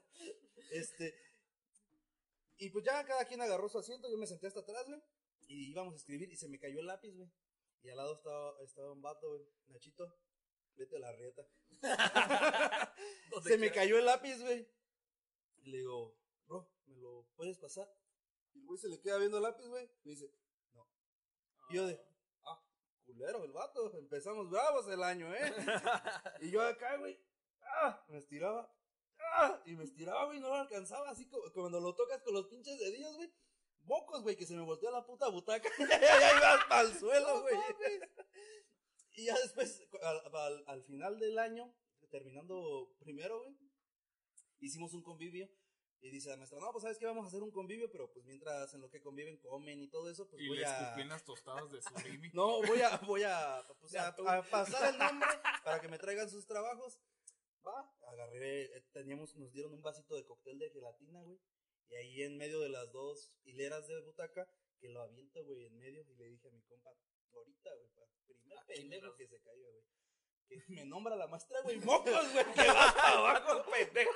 Speaker 4: *laughs* este, y pues ya cada quien agarró su asiento, yo me senté hasta atrás, güey, y íbamos a escribir y se me cayó el lápiz, güey. Y al lado estaba, estaba un vato, güey, Nachito, vete a la rieta.
Speaker 2: *laughs*
Speaker 4: *laughs* se me cayó el lápiz, güey. Y le digo, bro, ¿me lo puedes pasar? Y el güey se le queda viendo el lápiz, güey. Me dice, no. Y yo de, ah, culero el vato. Empezamos bravos el año, ¿eh? y yo acá, güey, ah, me estiraba. Ah, y me estiraba, güey, no lo alcanzaba. Así como cuando lo tocas con los pinches dedillos, güey. Bocos, güey, que se me volteó la puta butaca. *laughs* y ya iba hasta el suelo, güey. y ya después, al, al- al final del año, terminando primero, güey, hicimos un convivio. Y dice la maestra, no, pues sabes que vamos a hacer un convivio, pero pues mientras en lo que conviven, comen y todo eso, pues
Speaker 5: Y
Speaker 4: voy
Speaker 5: le
Speaker 4: a...
Speaker 5: escupí en las tostadas de surimi.
Speaker 4: No, voy a, voy a, pues, a- a pasar el nombre para que me traigan sus trabajos. Va, agarré, eh, teníamos, nos dieron un vasito de cóctel de gelatina, güey. Y ahí en medio de las dos hileras de butaca, que lo aviento, güey, en medio. Y le dije a mi compa, ahorita, güey, pa- primer pendejo que se caiga, güey. Que me nombra la maestra, güey, mocos, güey, que
Speaker 5: *laughs*
Speaker 4: va hasta abajo, pendejo.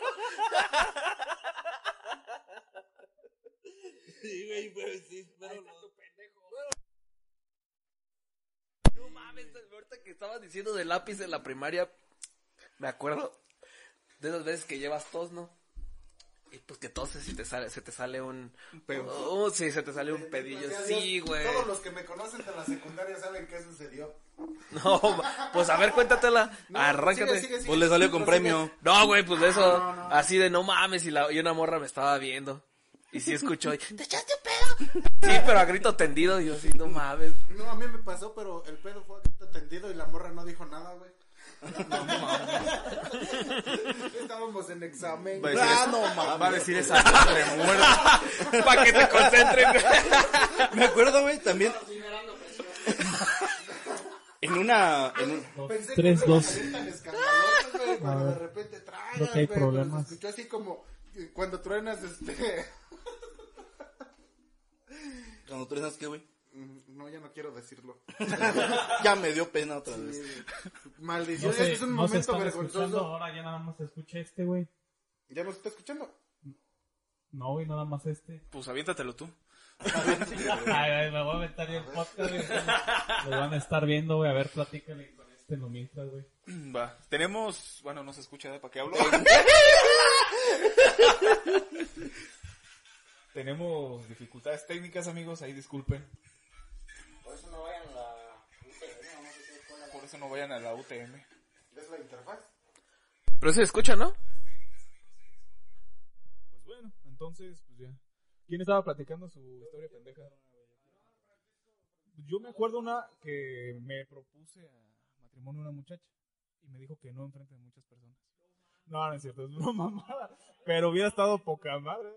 Speaker 4: Sí, güey, pues sí, pero no.
Speaker 2: No mames, ahorita que estabas diciendo de lápiz en la primaria, me acuerdo de las veces que llevas tos, ¿no? Y pues que toses y te sale, se te sale un... Oh, sí, se te sale un pedillo.
Speaker 3: Gracias a Dios,
Speaker 2: Sí, güey.
Speaker 3: Todos los que me conocen de la secundaria saben qué sucedió.
Speaker 2: No, ma- pues a ver, cuéntatela. Arráncate.
Speaker 3: sigue, sigue, sigue.
Speaker 4: Pues le salió con
Speaker 3: Pero sigue.
Speaker 4: premio.
Speaker 2: No, güey, pues de eso. Así de no mames. Y, la, y una morra me estaba viendo. Y sí escuchó. y, ¿Te echaste un pedo? Sí, pero a grito tendido. Y yo sí, no mames.
Speaker 3: No, a mí me pasó, pero el pedo fue aquí tendido y la morra no dijo nada, güey. Estábamos en examen. Ah,
Speaker 4: Va a decir, Ah, no, mames.
Speaker 5: Va a decir esa madre muerta.
Speaker 2: Para que te concentren.
Speaker 4: *laughs* Me acuerdo, güey, también. *laughs* en una. En un-
Speaker 3: Pensé que
Speaker 8: Tres,
Speaker 3: no
Speaker 8: dos.
Speaker 3: eran tan escandalosos, güey, cuando de repente tragan,
Speaker 8: Creo que hay
Speaker 3: güey, pero se
Speaker 8: problemas.
Speaker 3: escuchó así como eh, cuando truenas, este... *laughs*
Speaker 4: Cuando tú eres que, güey.
Speaker 3: Mm, No, ya no quiero
Speaker 4: *laughs*
Speaker 3: decirlo.
Speaker 4: Ya me dio pena otra vez.
Speaker 3: Maldición, este
Speaker 8: No se,
Speaker 3: es un
Speaker 8: no se
Speaker 3: momento
Speaker 8: están escuchando
Speaker 3: vergonzoso.
Speaker 8: ahora, ya nada más se escucha este, güey.
Speaker 3: ¿Ya nos está escuchando?
Speaker 8: No, güey, nada más
Speaker 3: *laughs*
Speaker 8: este.
Speaker 5: Pues aviéntatelo tú. *clears throat*
Speaker 8: Ay, ay, me voy a aventar yo el podcast, güey. Lo van a estar viendo, güey. A ver, platícale con este no mientras, güey.
Speaker 5: Va. Tenemos. Bueno, no se escucha, ¿eh? ¿para qué hablo? *laughs* Tenemos dificultades técnicas, amigos. Ahí disculpen. Por eso no vayan a la UTM.
Speaker 3: ¿Es la interfaz?
Speaker 2: Pero se escucha, ¿no?
Speaker 5: Pues bueno, entonces, pues ya. ¿Quién estaba platicando su historia pendeja? Yo me acuerdo una que me propuse a matrimonio una muchacha y me dijo que no enfrente de muchas personas. No, no es cierto, es una *laughs* mamada. Pero hubiera estado poca madre.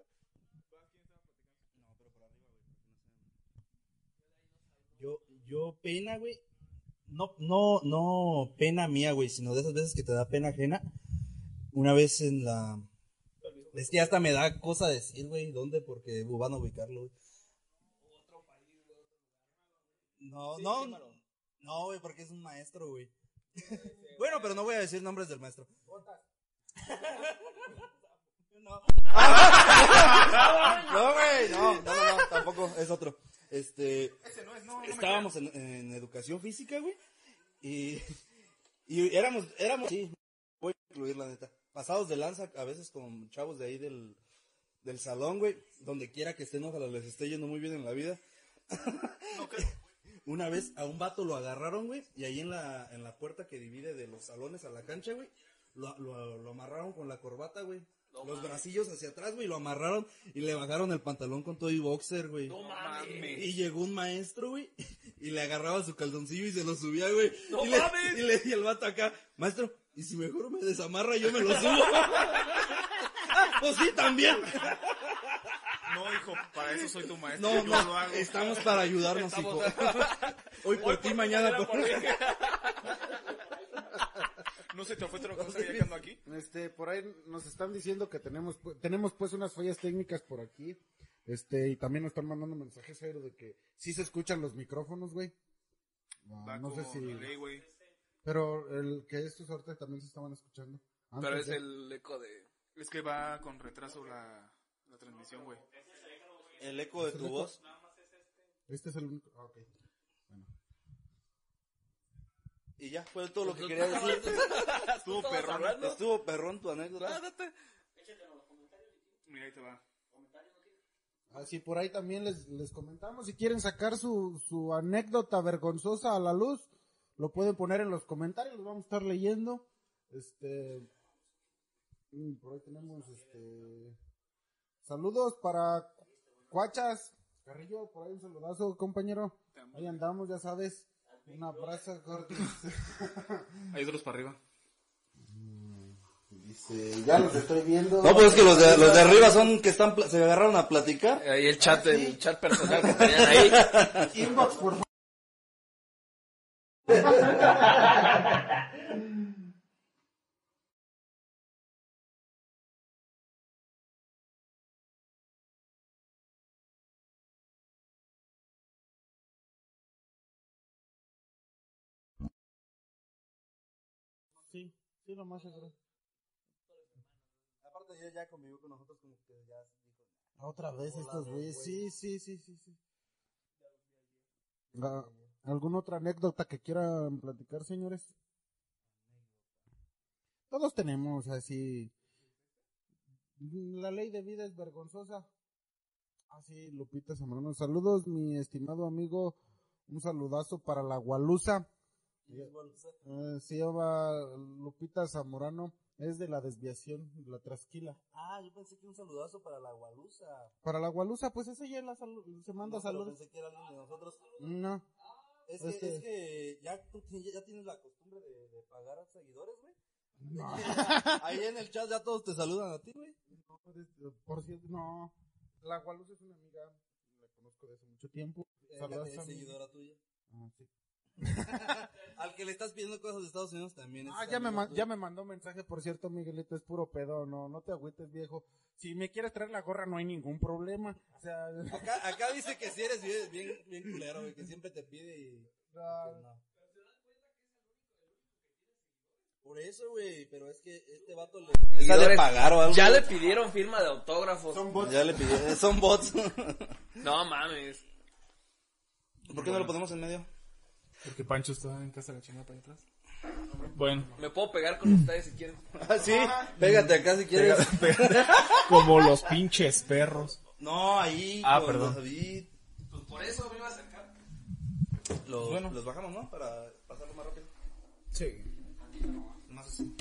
Speaker 4: Yo, yo pena, güey. No, no, no pena mía, güey, sino de esas veces que te da pena ajena. Una vez en la. Es que hasta me da cosa decir, güey, dónde, porque uh, van a ubicarlo, güey. No, no, no, güey, porque es un maestro, güey. *laughs* bueno, pero no voy a decir nombres del maestro. *laughs* no. *laughs* no, güey, no, no, no, no, tampoco, es otro. Este, estábamos en, en educación física, güey, y, y éramos, éramos, sí, voy a incluir la neta, pasados de lanza a veces con chavos de ahí del, del salón, güey, donde quiera que estén, ojalá les esté yendo muy bien en la vida. Una vez a un vato lo agarraron, güey, y ahí en la, en la puerta que divide de los salones a la cancha, güey, lo, lo- lo amarraron con la corbata, güey. los bracillos hacia atrás, güey, lo amarraron y le bajaron el pantalón con todo y boxer, güey. Y llegó un maestro, güey, *laughs* y le agarraba su calzoncillo y se lo subía, güey. y, le, y le y el vato acá, maestro, y si mejor me desamarra yo me lo *laughs* subo. Ah, pues sí, también.
Speaker 5: No, hijo, para eso soy tu maestro.
Speaker 4: No,
Speaker 5: yo lo
Speaker 4: no,
Speaker 5: hago.
Speaker 4: estamos para ayudarnos, hijo. *laughs* Hoy por ti, mañana por mí.
Speaker 5: *laughs* No se te fue otra cosa ya que ando aquí.
Speaker 3: Este, por ahí nos están diciendo que tenemos, pu- tenemos pues unas fallas técnicas por aquí. Este, y también nos están mandando mensajes, Jairo, de que sí se escuchan los micrófonos, güey.
Speaker 9: Va
Speaker 3: No, no sé
Speaker 9: con
Speaker 3: si.
Speaker 9: Ley, güey.
Speaker 3: Pero el que estos ahorita también se estaban escuchando. Antes
Speaker 2: Pero es
Speaker 3: de-
Speaker 2: el eco de.
Speaker 9: Es que va con retraso la, la transmisión, güey.
Speaker 4: El eco de tu voz.
Speaker 3: Este es el único. ah, ok. Bueno.
Speaker 4: Y ya, fue todo lo que quería *laughs* decir.
Speaker 2: Tú, perro.
Speaker 4: Estuvo perrón tu anécdota.
Speaker 9: Mira, ahí te va.
Speaker 3: Así Ah, por ahí también les, les comentamos. Si quieren sacar su, su anécdota vergonzosa a la luz, lo pueden poner en los comentarios, los vamos a estar leyendo. Este. mm, Por ahí tenemos este. Saludos para Cuachas. Carrillo, por ahí un saludazo, compañero. Ahí andamos, ya sabes. Una brasa corta.
Speaker 9: Hay otros para arriba.
Speaker 3: Dice, ya los estoy viendo.
Speaker 4: No, pues es que los de, los de arriba son que están, pla- se agarraron a platicar.
Speaker 2: Ahí el chat, el chat personal que tenían ahí.
Speaker 3: Inbox, por favor. Sí, sí, lo más seguro.
Speaker 4: Aparte, yo ya convivió con nosotros como que ya dijo.
Speaker 3: Ah, Otra vez estos güeyes. Sí, sí, sí, sí, sí. Ah, ¿Alguna otra anécdota que quieran platicar, señores? Todos tenemos así. La ley de vida es vergonzosa. Así, Lupita Zambrano. Saludos, mi estimado amigo. Un saludazo para la Gualusa. Eh, sí, va Lupita Zamorano. Es de la desviación, la trasquila.
Speaker 4: Ah, yo pensé que un saludazo para la gualusa.
Speaker 3: Para la Gualusa, pues esa ya la salu- se manda
Speaker 4: No, pero
Speaker 3: saludos.
Speaker 4: Pensé que era alguien de nosotros.
Speaker 3: No.
Speaker 4: Es que,
Speaker 3: Este-
Speaker 4: es que ya, tú ti- ya tienes la costumbre de, de pagar a seguidores, güey. *laughs* Ahí en el chat ya todos te saludan a ti, güey.
Speaker 3: No, pues, Por cierto, no. La Gualusa es una amiga, la conozco desde hace mucho tiempo.
Speaker 4: Eh,
Speaker 3: Saludos
Speaker 4: es
Speaker 3: a mi-
Speaker 4: seguidora tuya.
Speaker 3: Ah, sí.
Speaker 4: Al que le estás pidiendo cosas de Estados Unidos también. es
Speaker 3: Ah, ya me,
Speaker 4: amigo
Speaker 3: ma-
Speaker 4: tuyo.
Speaker 3: ya me mandó mensaje, por cierto, Miguelito, es puro pedo, no, no te agüites, viejo. Si me quieres traer la gorra, no hay ningún problema. O sea,
Speaker 4: Acá, acá dice que si eres bien, bien, bien culero, güey, que siempre te pide y... y que
Speaker 3: la-
Speaker 4: no. Por eso, güey, pero es que este vato le...
Speaker 2: Ya
Speaker 4: de
Speaker 2: le-
Speaker 4: pagar o algo.
Speaker 2: Ya le pidieron firma de autógrafos.
Speaker 4: Ya le pidieron. *laughs* Son bots.
Speaker 2: No mames.
Speaker 4: ¿Por qué no lo ponemos en medio?
Speaker 9: Porque Pancho está en casa de la chingada para atrás.
Speaker 5: Bueno,
Speaker 2: Me puedo pegar con ustedes si quieren.
Speaker 4: *laughs* Ah, sí. Pégate acá si quieres.
Speaker 5: como los pinches perros.
Speaker 4: No, ahí.
Speaker 5: Ah,
Speaker 4: con
Speaker 5: perdón.
Speaker 4: David.
Speaker 2: Pues por eso me iba a acercar.
Speaker 4: Los, los bajamos, ¿no? Para pasarlo más rápido.
Speaker 5: *laughs*
Speaker 4: Sí. Más así.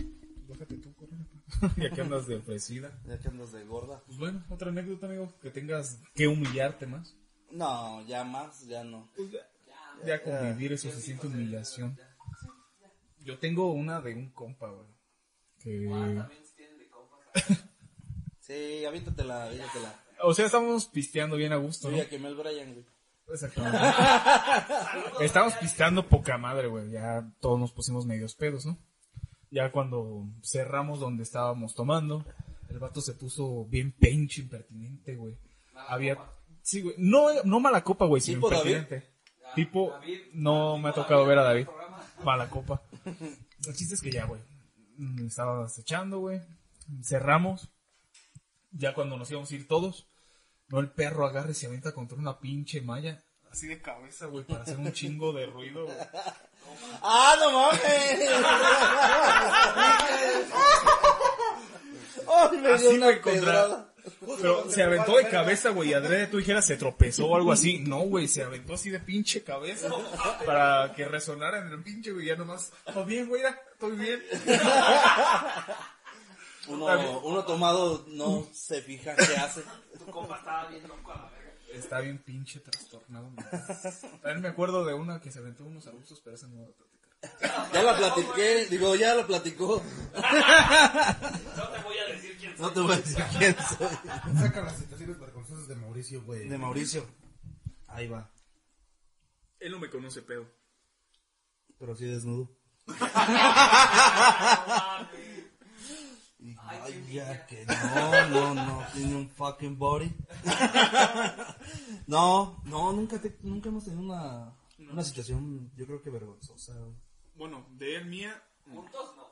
Speaker 5: Y aquí andas de ofrecida.
Speaker 4: Ya que andas de gorda.
Speaker 5: Pues bueno, otra anécdota, amigo, que tengas que humillarte más.
Speaker 4: No, ya más, ya no.
Speaker 5: Ya convivir es suficiente humillación. Yo tengo una de un compa, güey. Que...
Speaker 4: Sí, aviéntatela, aviéntatela.
Speaker 5: O sea, estábamos pisteando bien a gusto,
Speaker 4: Yo
Speaker 5: ¿no?
Speaker 4: ya quemé el Brian, güey.
Speaker 5: Exactamente. Estábamos pisteando poca madre, güey. Ya todos nos pusimos medios pedos, ¿no? Ya cuando cerramos donde estábamos tomando, el vato se puso bien pinche impertinente, güey. Había... Sí, güey. No, no mala copa, güey, sino
Speaker 4: ¿Tipo David? Ah,
Speaker 5: impertinente. Tipo, no me ha tocado ver a David. Mala copa. El chiste es que ya, güey. mm, Estaba acechando, güey. Cerramos. Ya cuando nos íbamos a ir todos, no el perro agarra y se avienta contra una pinche malla. Así de cabeza, güey, para hacer un chingo de ruido, *laughs* güey.
Speaker 4: ¡Ah, no
Speaker 5: *laughs*
Speaker 4: mames! ¡Ay, me dio
Speaker 5: Así,
Speaker 4: una
Speaker 5: güey, contra...
Speaker 4: pedrada!
Speaker 5: Pero se aventó de cabeza, güey, y adrede tú dijeras se tropezó o algo así. No, güey, se aventó así de pinche cabeza para que resonara en el pinche, güey, ya nomás. Todo bien, güey, ya, estoy bien.
Speaker 4: Uno, uno tomado no se fija qué hace.
Speaker 5: Está bien pinche trastornado. güey. También me acuerdo de una que se aventó unos arbustos, pero esa no voy a platicar.
Speaker 4: Ya la platiqué, digo, ya la platicó. *laughs* No te voy a decir quién soy.
Speaker 3: saca las situaciones vergonzosas de Mauricio, güey.
Speaker 4: De Mauricio. Ahí va.
Speaker 9: Él no me conoce, pedo.
Speaker 4: Pero sí *laughs* desnudo. Y vaya que no, no, no, tiene un fucking body. no, no, nunca, te- nunca hemos tenido una, una Una situación, yo creo que vergonzosa, güey.
Speaker 5: Bueno, de él mía.
Speaker 10: Juntos no.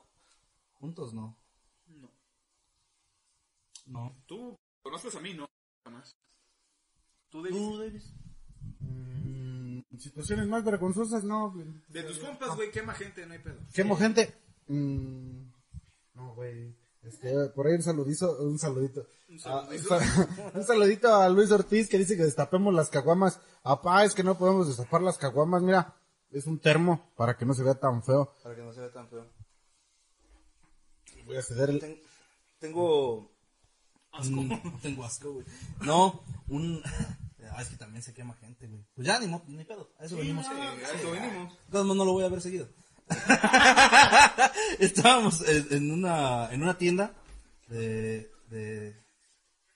Speaker 4: Juntos no.
Speaker 5: No.
Speaker 4: No.
Speaker 5: Tú conoces a mí, ¿no? Jamás. Tú,
Speaker 4: ¿Tú,
Speaker 5: David,
Speaker 4: Davis?
Speaker 3: Mm, situaciones más vergonzosas, no. güey.
Speaker 5: de tus compas, güey, quema gente, no hay pedo.
Speaker 3: Quemo gente. Mm, no, güey. Este, por ahí un saludizo, un saludito. Ah, Un
Speaker 5: saludizo.
Speaker 3: sa- *laughs* un saludito a Luis Ortiz que dice que destapemos las caguamas. Apá, es que no podemos destapar las caguamas, mira. Es un termo para que no se vea tan feo.
Speaker 4: Para que no se vea tan feo.
Speaker 3: Voy a ceder el...
Speaker 4: Ten-
Speaker 11: Oh.
Speaker 4: tengo. Asco. Mm, tengo asco, güey. No, un. Ah, es que también se quema gente, güey. Pues ya, ni, mo- ni pedo. A eso venimos.
Speaker 5: Eh, a esto venimos.
Speaker 4: De todos modos, no lo voy a ver *laughs* seguido. Estábamos en en una, en una tienda de, de,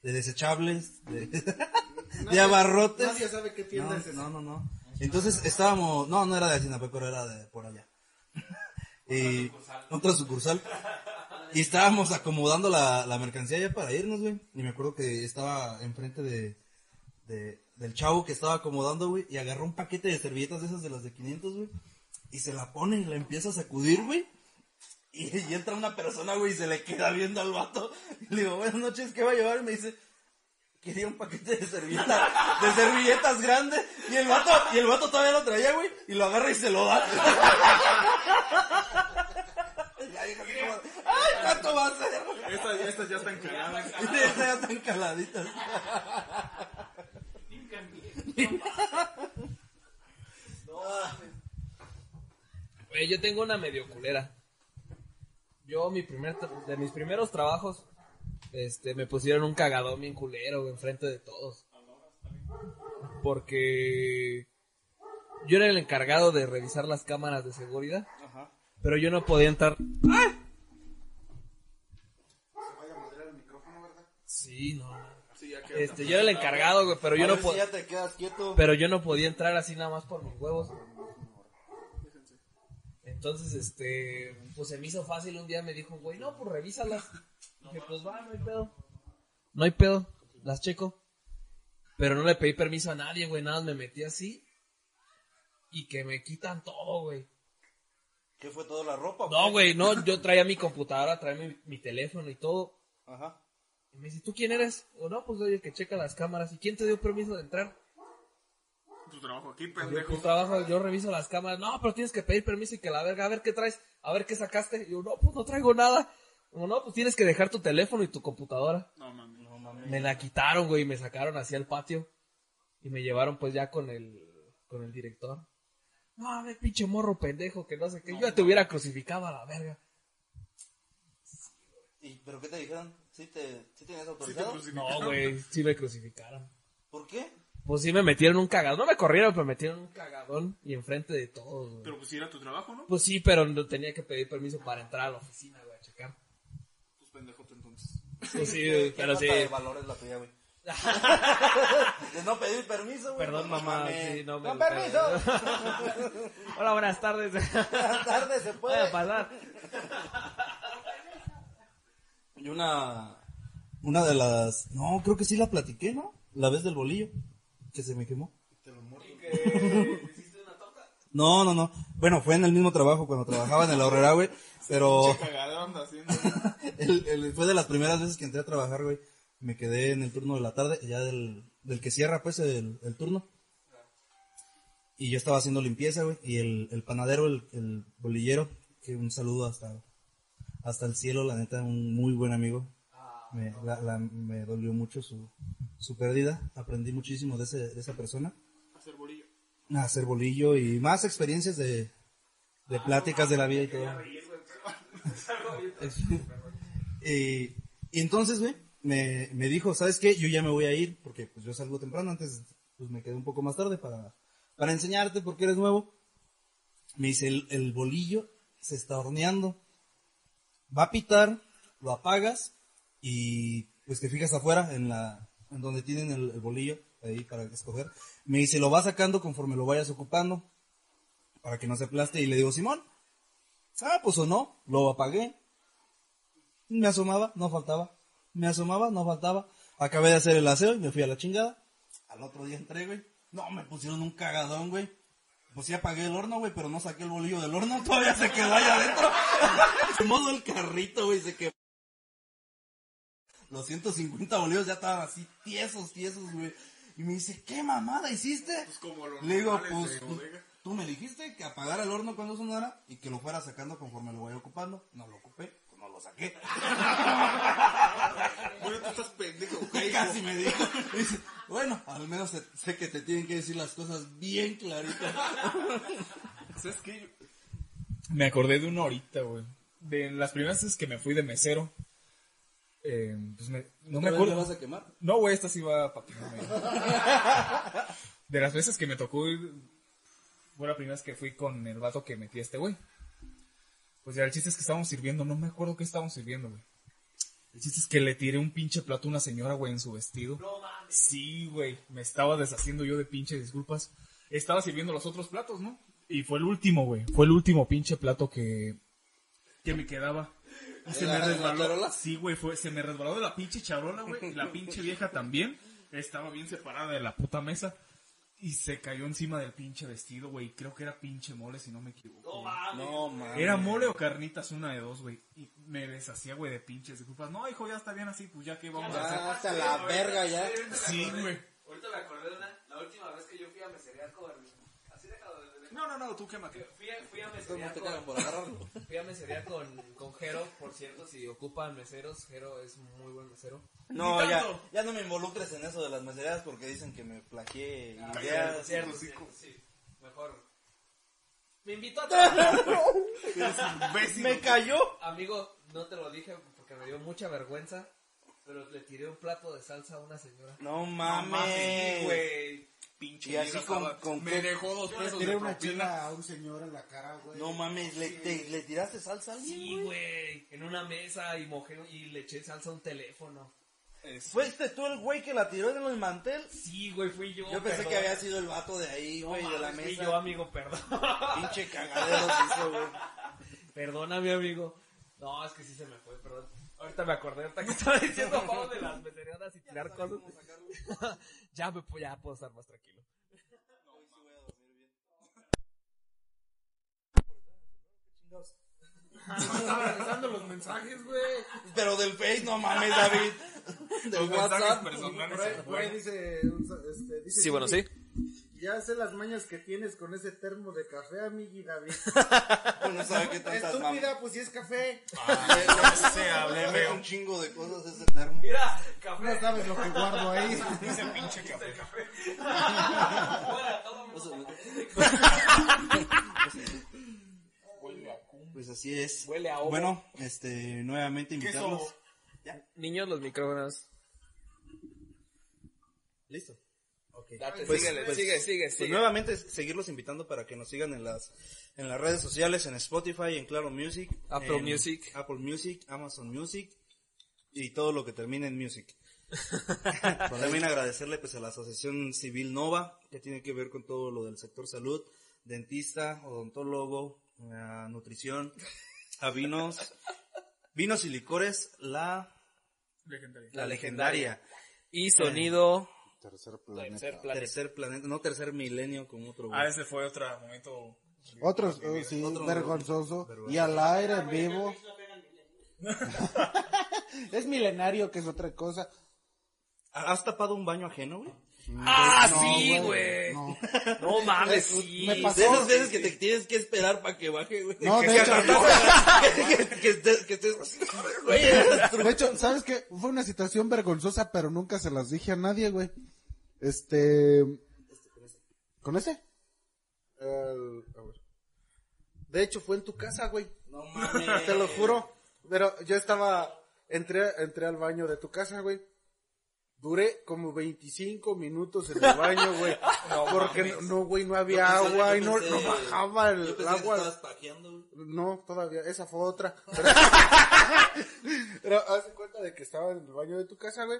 Speaker 4: de desechables, de, *laughs* de abarrotes.
Speaker 3: Nadie sabe qué tienda
Speaker 4: no,
Speaker 3: es esa.
Speaker 4: no, no, no. Entonces estábamos, no, no era de Acina, pero era de por allá. *laughs* y otra sucursal. Y estábamos acomodando la, la mercancía ya para irnos, güey. Y me acuerdo que estaba enfrente de, de- del chavo que estaba acomodando, güey, y agarró un paquete de servilletas de esas de las de 500, güey, y se la pone y la empieza a sacudir, güey. Y, y entra una persona, güey, y se le queda viendo al vato. Y le digo, buenas noches, ¿qué va a llevar? Y me dice, quería un paquete de servilletas, de servilletas grandes. Y el vato, y el vato todavía lo traía, güey, y lo agarra y se lo da. Y la vieja así como, Ay, ¿cuánto va a ser?
Speaker 5: Estas, estas ya están
Speaker 4: *laughs*
Speaker 5: cagadas.
Speaker 4: Y ya están caladitas.
Speaker 2: Güey, yo tengo una medio culera. Yo, mi primer, tra- de mis primeros trabajos, este, me pusieron un cagadón bien culero, güey, enfrente de todos. Porque yo era el encargado de revisar las cámaras de seguridad, pero yo no podía entrar. ¡Ah! Sí, no.
Speaker 5: Sí, ya queda.
Speaker 2: Este, yo era el encargado, güey, pero yo no podía.
Speaker 4: te quedas quieto.
Speaker 2: Pero yo no podía entrar así nada más por mis huevos. Entonces, este, pues se me hizo fácil. Un día me dijo, güey, no, pues revísalas. Dije, pues va, no hay pedo. No hay pedo, las checo. Pero no le pedí permiso a nadie, güey, nada, más me metí así. Y que me quitan todo, güey.
Speaker 4: ¿Qué fue toda la ropa?
Speaker 2: No, güey, no, yo traía mi computadora, traía mi, mi teléfono y todo.
Speaker 4: Ajá.
Speaker 2: Y me dice, ¿tú quién eres? O no, pues soy el que checa las cámaras. ¿Y quién te dio permiso de entrar?
Speaker 5: Tu trabajo aquí,
Speaker 2: Yo
Speaker 5: pendejo.
Speaker 2: pues, trabajo, yo reviso las cámaras. No, pero tienes que pedir permiso y que la verga, a ver qué traes, a ver qué sacaste. Y yo, no, pues no traigo nada. Como, no, pues tienes que dejar tu teléfono y tu computadora.
Speaker 5: No mames.
Speaker 2: Me la quitaron, güey, y me sacaron hacia el patio. Y me llevaron, pues, ya con el, con el director. No, a ver, pinche morro pendejo, que no sé qué. Yo ya te hubiera crucificado a la verga.
Speaker 4: ¿Y, ¿Pero qué te dijeron? ¿Sí, te, sí tenías
Speaker 5: Sí te
Speaker 4: autorizado?
Speaker 5: crucificaron.
Speaker 2: No, güey, sí me crucificaron.
Speaker 4: ¿Por qué?
Speaker 2: Pues sí me metieron un cagadón. No me corrieron, pero me metieron un cagadón. Y enfrente de todos, güey.
Speaker 5: Pero pues sí era tu trabajo, ¿no?
Speaker 2: Pues sí, pero no tenía que pedir permiso para entrar a la oficina, güey, a checar.
Speaker 5: Pues pendejo tú entonces.
Speaker 2: Pues sí, güey,
Speaker 4: ¿Qué
Speaker 2: pero
Speaker 4: falta
Speaker 2: sí.
Speaker 4: de valores
Speaker 2: *laughs*
Speaker 4: la tuya, güey? de no pedir permiso, güey.
Speaker 2: Perdón,
Speaker 4: No
Speaker 2: mamá.
Speaker 4: mames.
Speaker 2: sí, no me
Speaker 4: ¡Con
Speaker 2: lo-
Speaker 4: permiso! *laughs*
Speaker 2: Hola, buenas tardes. *laughs*
Speaker 4: Buenas tardes, ¿se puede?
Speaker 2: Puede pasar.
Speaker 4: Y una. Una de las. No, creo que sí la platiqué, ¿no? La vez del bolillo. Que se me quemó. No, no, no. Bueno, fue en el mismo trabajo cuando trabajaba en el ahorrera, güey. Pero.
Speaker 5: Qué cagada anda haciendo.
Speaker 4: *laughs* el- el- fue de las primeras veces que entré a trabajar, güey. Me quedé en el turno de la tarde, ya del, del que cierra, pues, el, el turno. Y yo estaba haciendo limpieza, güey. Y el, el panadero, el, el bolillero, que un saludo hasta, hasta el cielo, la neta, un muy buen amigo.
Speaker 5: Ah.
Speaker 4: Me, la- la- me dolió mucho su, su pérdida. Aprendí muchísimo de, ese- de esa persona.
Speaker 5: Hacer bolillo.
Speaker 4: A hacer bolillo y más experiencias de, de
Speaker 5: Ah,
Speaker 4: pláticas de la vida y todo.
Speaker 5: *laughs*
Speaker 4: *laughs* y, y entonces, güey, me, me dijo, ¿sabes qué? Yo ya me voy a ir porque pues yo salgo temprano, antes pues me quedé un poco más tarde para, para enseñarte porque eres nuevo. Me dice, el, el bolillo se está horneando. Va a pitar, lo apagas y pues te fijas afuera en la en donde tienen el, el bolillo ahí para escoger. Me dice, lo vas sacando conforme lo vayas ocupando para que no se aplaste. Y le digo, Simón, ah, pues o no, lo apagué. Me asomaba, no faltaba. Me asomaba, no faltaba. Acabé de hacer el aseo y me fui a la chingada. Al otro día entré, güey. No, me pusieron un cagadón, güey. Pues sí apagué el horno, güey, pero no saqué el bolillo del horno, *laughs* todavía se quedó allá adentro. se modo el carrito, güey, se quedó. Los 150 bolillos ya estaban así tiesos, tiesos, güey. Y me dice, ¿qué mamada hiciste?
Speaker 12: Pues como lo
Speaker 4: Le digo,
Speaker 12: normal,
Speaker 4: pues
Speaker 12: este,
Speaker 4: tú,
Speaker 12: bodega.
Speaker 4: tú me dijiste que apagara el horno cuando sonara y que lo fuera sacando conforme lo vaya ocupando. No lo ocupé, pues no
Speaker 12: *laughs*
Speaker 4: lo saqué.
Speaker 12: Bueno, tú estás pendejo, ok.
Speaker 4: *laughs* Casi me dijo. Dice, bueno, al menos sé, sé que te tienen que decir las cosas bien claritas.
Speaker 5: ¿Sabes qué? Me acordé de una ahorita, güey. De las primeras veces que me fui de mesero. eh, pues me- no
Speaker 4: ¿Me
Speaker 5: me
Speaker 4: vas
Speaker 5: acuerdo.
Speaker 4: a quemar?
Speaker 5: No, güey, esta sí va para De las veces que me tocó ir, fue la primera vez que fui con el vato que metí a este güey. Pues ya el chiste es que estábamos sirviendo, no me acuerdo qué estábamos sirviendo, güey. El chiste es que le tiré un pinche plato a una señora, güey, en su vestido. No mames. Sí, güey, me estaba deshaciendo yo de pinche disculpas. Estaba sirviendo los otros platos, ¿no? Y fue el último, güey. Fue el último pinche plato que, que me quedaba. Y se me
Speaker 4: la- de la
Speaker 5: resbaló.
Speaker 4: charola?
Speaker 5: Sí, güey, fue, se me resbaló de la pinche charola, güey. Y la pinche vieja también. Estaba bien separada de la puta mesa. Y se cayó encima del pinche vestido, güey. Creo que era pinche mole, si no me equivoco. güey.
Speaker 4: No, mames.
Speaker 5: Era mole o carnitas, una de dos, güey. Y me deshacía, güey, de pinches disculpas. No, hijo, ya está bien así, pues ya que vamos a hacer.
Speaker 4: Ah, hasta la verga ya.
Speaker 5: Sí, güey.
Speaker 2: Ahorita me acordé de una, la última vez que yo fui a meserear con... Así dejado de... de-
Speaker 5: No, no, no, tú quémate.
Speaker 2: Fui a, fui a
Speaker 4: Estos no
Speaker 2: meserear
Speaker 4: te
Speaker 2: con...
Speaker 4: cagan por agarrarlo.
Speaker 2: *laughs* Fui a mesería con, con Jero, por cierto, si ocupan meseros, Jero es muy buen mesero.
Speaker 4: No, ya, ya no me involucres en eso de las mesereadas porque dicen que me plagié ideas.
Speaker 2: Ah, cierto, cierto, sí. Mejor. Me invitó a trabajar. *laughs* pues.
Speaker 4: ¡Me cayó!
Speaker 2: Amigo, no te lo dije porque me dio mucha vergüenza, pero le tiré un plato de salsa a una señora.
Speaker 4: No mames.
Speaker 12: güey. Pinche
Speaker 4: Y así
Speaker 12: vieja
Speaker 4: con-
Speaker 12: estaba-
Speaker 4: con
Speaker 12: Me
Speaker 4: qué-
Speaker 12: dejó dos pesos
Speaker 3: Tiene
Speaker 12: de
Speaker 3: una
Speaker 12: propina.
Speaker 3: chela a un señor en la cara, güey.
Speaker 4: no mames, ¿le, te- le tiraste salsa a alguien?
Speaker 2: Sí, güey, en una mesa y mojé y le eché salsa a un teléfono.
Speaker 4: ¿Fuiste tú el güey que la tiró en el mantel?
Speaker 2: Sí, güey, fui yo.
Speaker 4: Yo pensé
Speaker 2: perdón.
Speaker 4: que había sido el vato de ahí,
Speaker 2: No
Speaker 4: güey, de la
Speaker 2: mames, fui
Speaker 4: mesa.
Speaker 2: yo, amigo, perdón. *laughs*
Speaker 4: Pinche cagadero se hizo, güey.
Speaker 2: Perdóname, amigo. No, es que sí se me fue, perdón. Ahorita me acordé, ahorita que estaba diciendo vamos de las mesereadas y tirar cosas. *laughs* ya, me, pu- ya puedo estar más tranquilo.
Speaker 12: Estaba revisando los mensajes, güey.
Speaker 4: Pero del Face, no
Speaker 2: *laughs*
Speaker 4: mames, David. Del
Speaker 12: Los mensajes
Speaker 4: WhatsApp.
Speaker 12: personales.
Speaker 3: *laughs* Por ahí, por ahí dice, un sa- este, dice
Speaker 11: Sí, bueno, sí.
Speaker 3: Ya sé las mañas que tienes con ese termo de café, amigui
Speaker 11: *laughs*
Speaker 3: David.
Speaker 4: No sabe qué tantas mames.
Speaker 3: Estúpida, pues si es café.
Speaker 11: Ah,
Speaker 12: No se
Speaker 4: Le
Speaker 12: hable,
Speaker 4: mete
Speaker 12: feo.
Speaker 4: un chingo de cosas a ese termo.
Speaker 2: Mira, café.
Speaker 3: *laughs* No sabes lo que guardo ahí.
Speaker 12: Ese pinche café.
Speaker 2: Fuera, todo menos
Speaker 4: Pues así es.
Speaker 2: Huele a ovo.
Speaker 4: Bueno, este, nuevamente invitarlos.
Speaker 11: Niños, los micrófonos.
Speaker 4: Listo.
Speaker 11: Date,
Speaker 4: Pues-
Speaker 11: síguele,
Speaker 4: pues-
Speaker 11: sigue, sigue,
Speaker 4: Pues
Speaker 11: sigue.
Speaker 4: nuevamente seguirlos invitando para que nos sigan en las en las redes sociales, en Spotify, en Claro Music,
Speaker 11: Apple
Speaker 4: en
Speaker 11: Music.
Speaker 4: Apple Music, Amazon Music y todo lo que termine en
Speaker 11: *laughs*
Speaker 4: Music. También agradecerle pues a la Asociación Civil Nova que tiene que ver con todo lo del sector salud, dentista, odontólogo, eh, nutrición, a vinos, vinos y licores, la la legendaria.
Speaker 11: Y sonido.
Speaker 3: Tercer planeta.
Speaker 11: Tercer planeta.
Speaker 4: Tercer planeta, no tercer milenio como otro. güey.
Speaker 5: Ah, ese fue otro momento.
Speaker 3: Otros, oh, sí,
Speaker 4: Otro-
Speaker 3: vergonzoso. Y al aire en vivo. es milenario, que es otra cosa.
Speaker 4: ¿Has tapado un baño ajeno, güey?
Speaker 11: ¡Ah,
Speaker 3: No,
Speaker 11: sí, güey! No,
Speaker 3: No,
Speaker 4: *laughs*
Speaker 11: mames, sí.
Speaker 3: me
Speaker 4: De esas
Speaker 3: pasó.
Speaker 4: veces que te tienes que esperar para que baje, güey.
Speaker 3: No,
Speaker 4: que
Speaker 3: de hecho,
Speaker 4: *laughs* que, que, que estés,
Speaker 2: *laughs*
Speaker 4: que estés así, güey.
Speaker 3: *laughs* De hecho, ¿sabes qué? Fue una situación vergonzosa, pero nunca se las dije a nadie, güey. Este... ¿Con ese? Eh, a ver. De hecho, fue en tu casa, güey.
Speaker 4: No mames.
Speaker 3: Te lo juro. Pero yo estaba... Entré, entré al baño de tu casa, güey. Duré como 25 minutos en el baño,
Speaker 4: *laughs*
Speaker 3: güey. porque no, güey, no había
Speaker 4: Yo pensé-
Speaker 3: agua
Speaker 4: yo
Speaker 3: y no,
Speaker 4: pensé-
Speaker 3: no bajaba el,
Speaker 4: Yo pensé Pues que
Speaker 3: agua.
Speaker 4: estabas pajeando, güey.
Speaker 3: No, todavía, esa fue otra. Pero, *laughs* pero haz de cuenta de que estaba en el baño de tu casa, güey.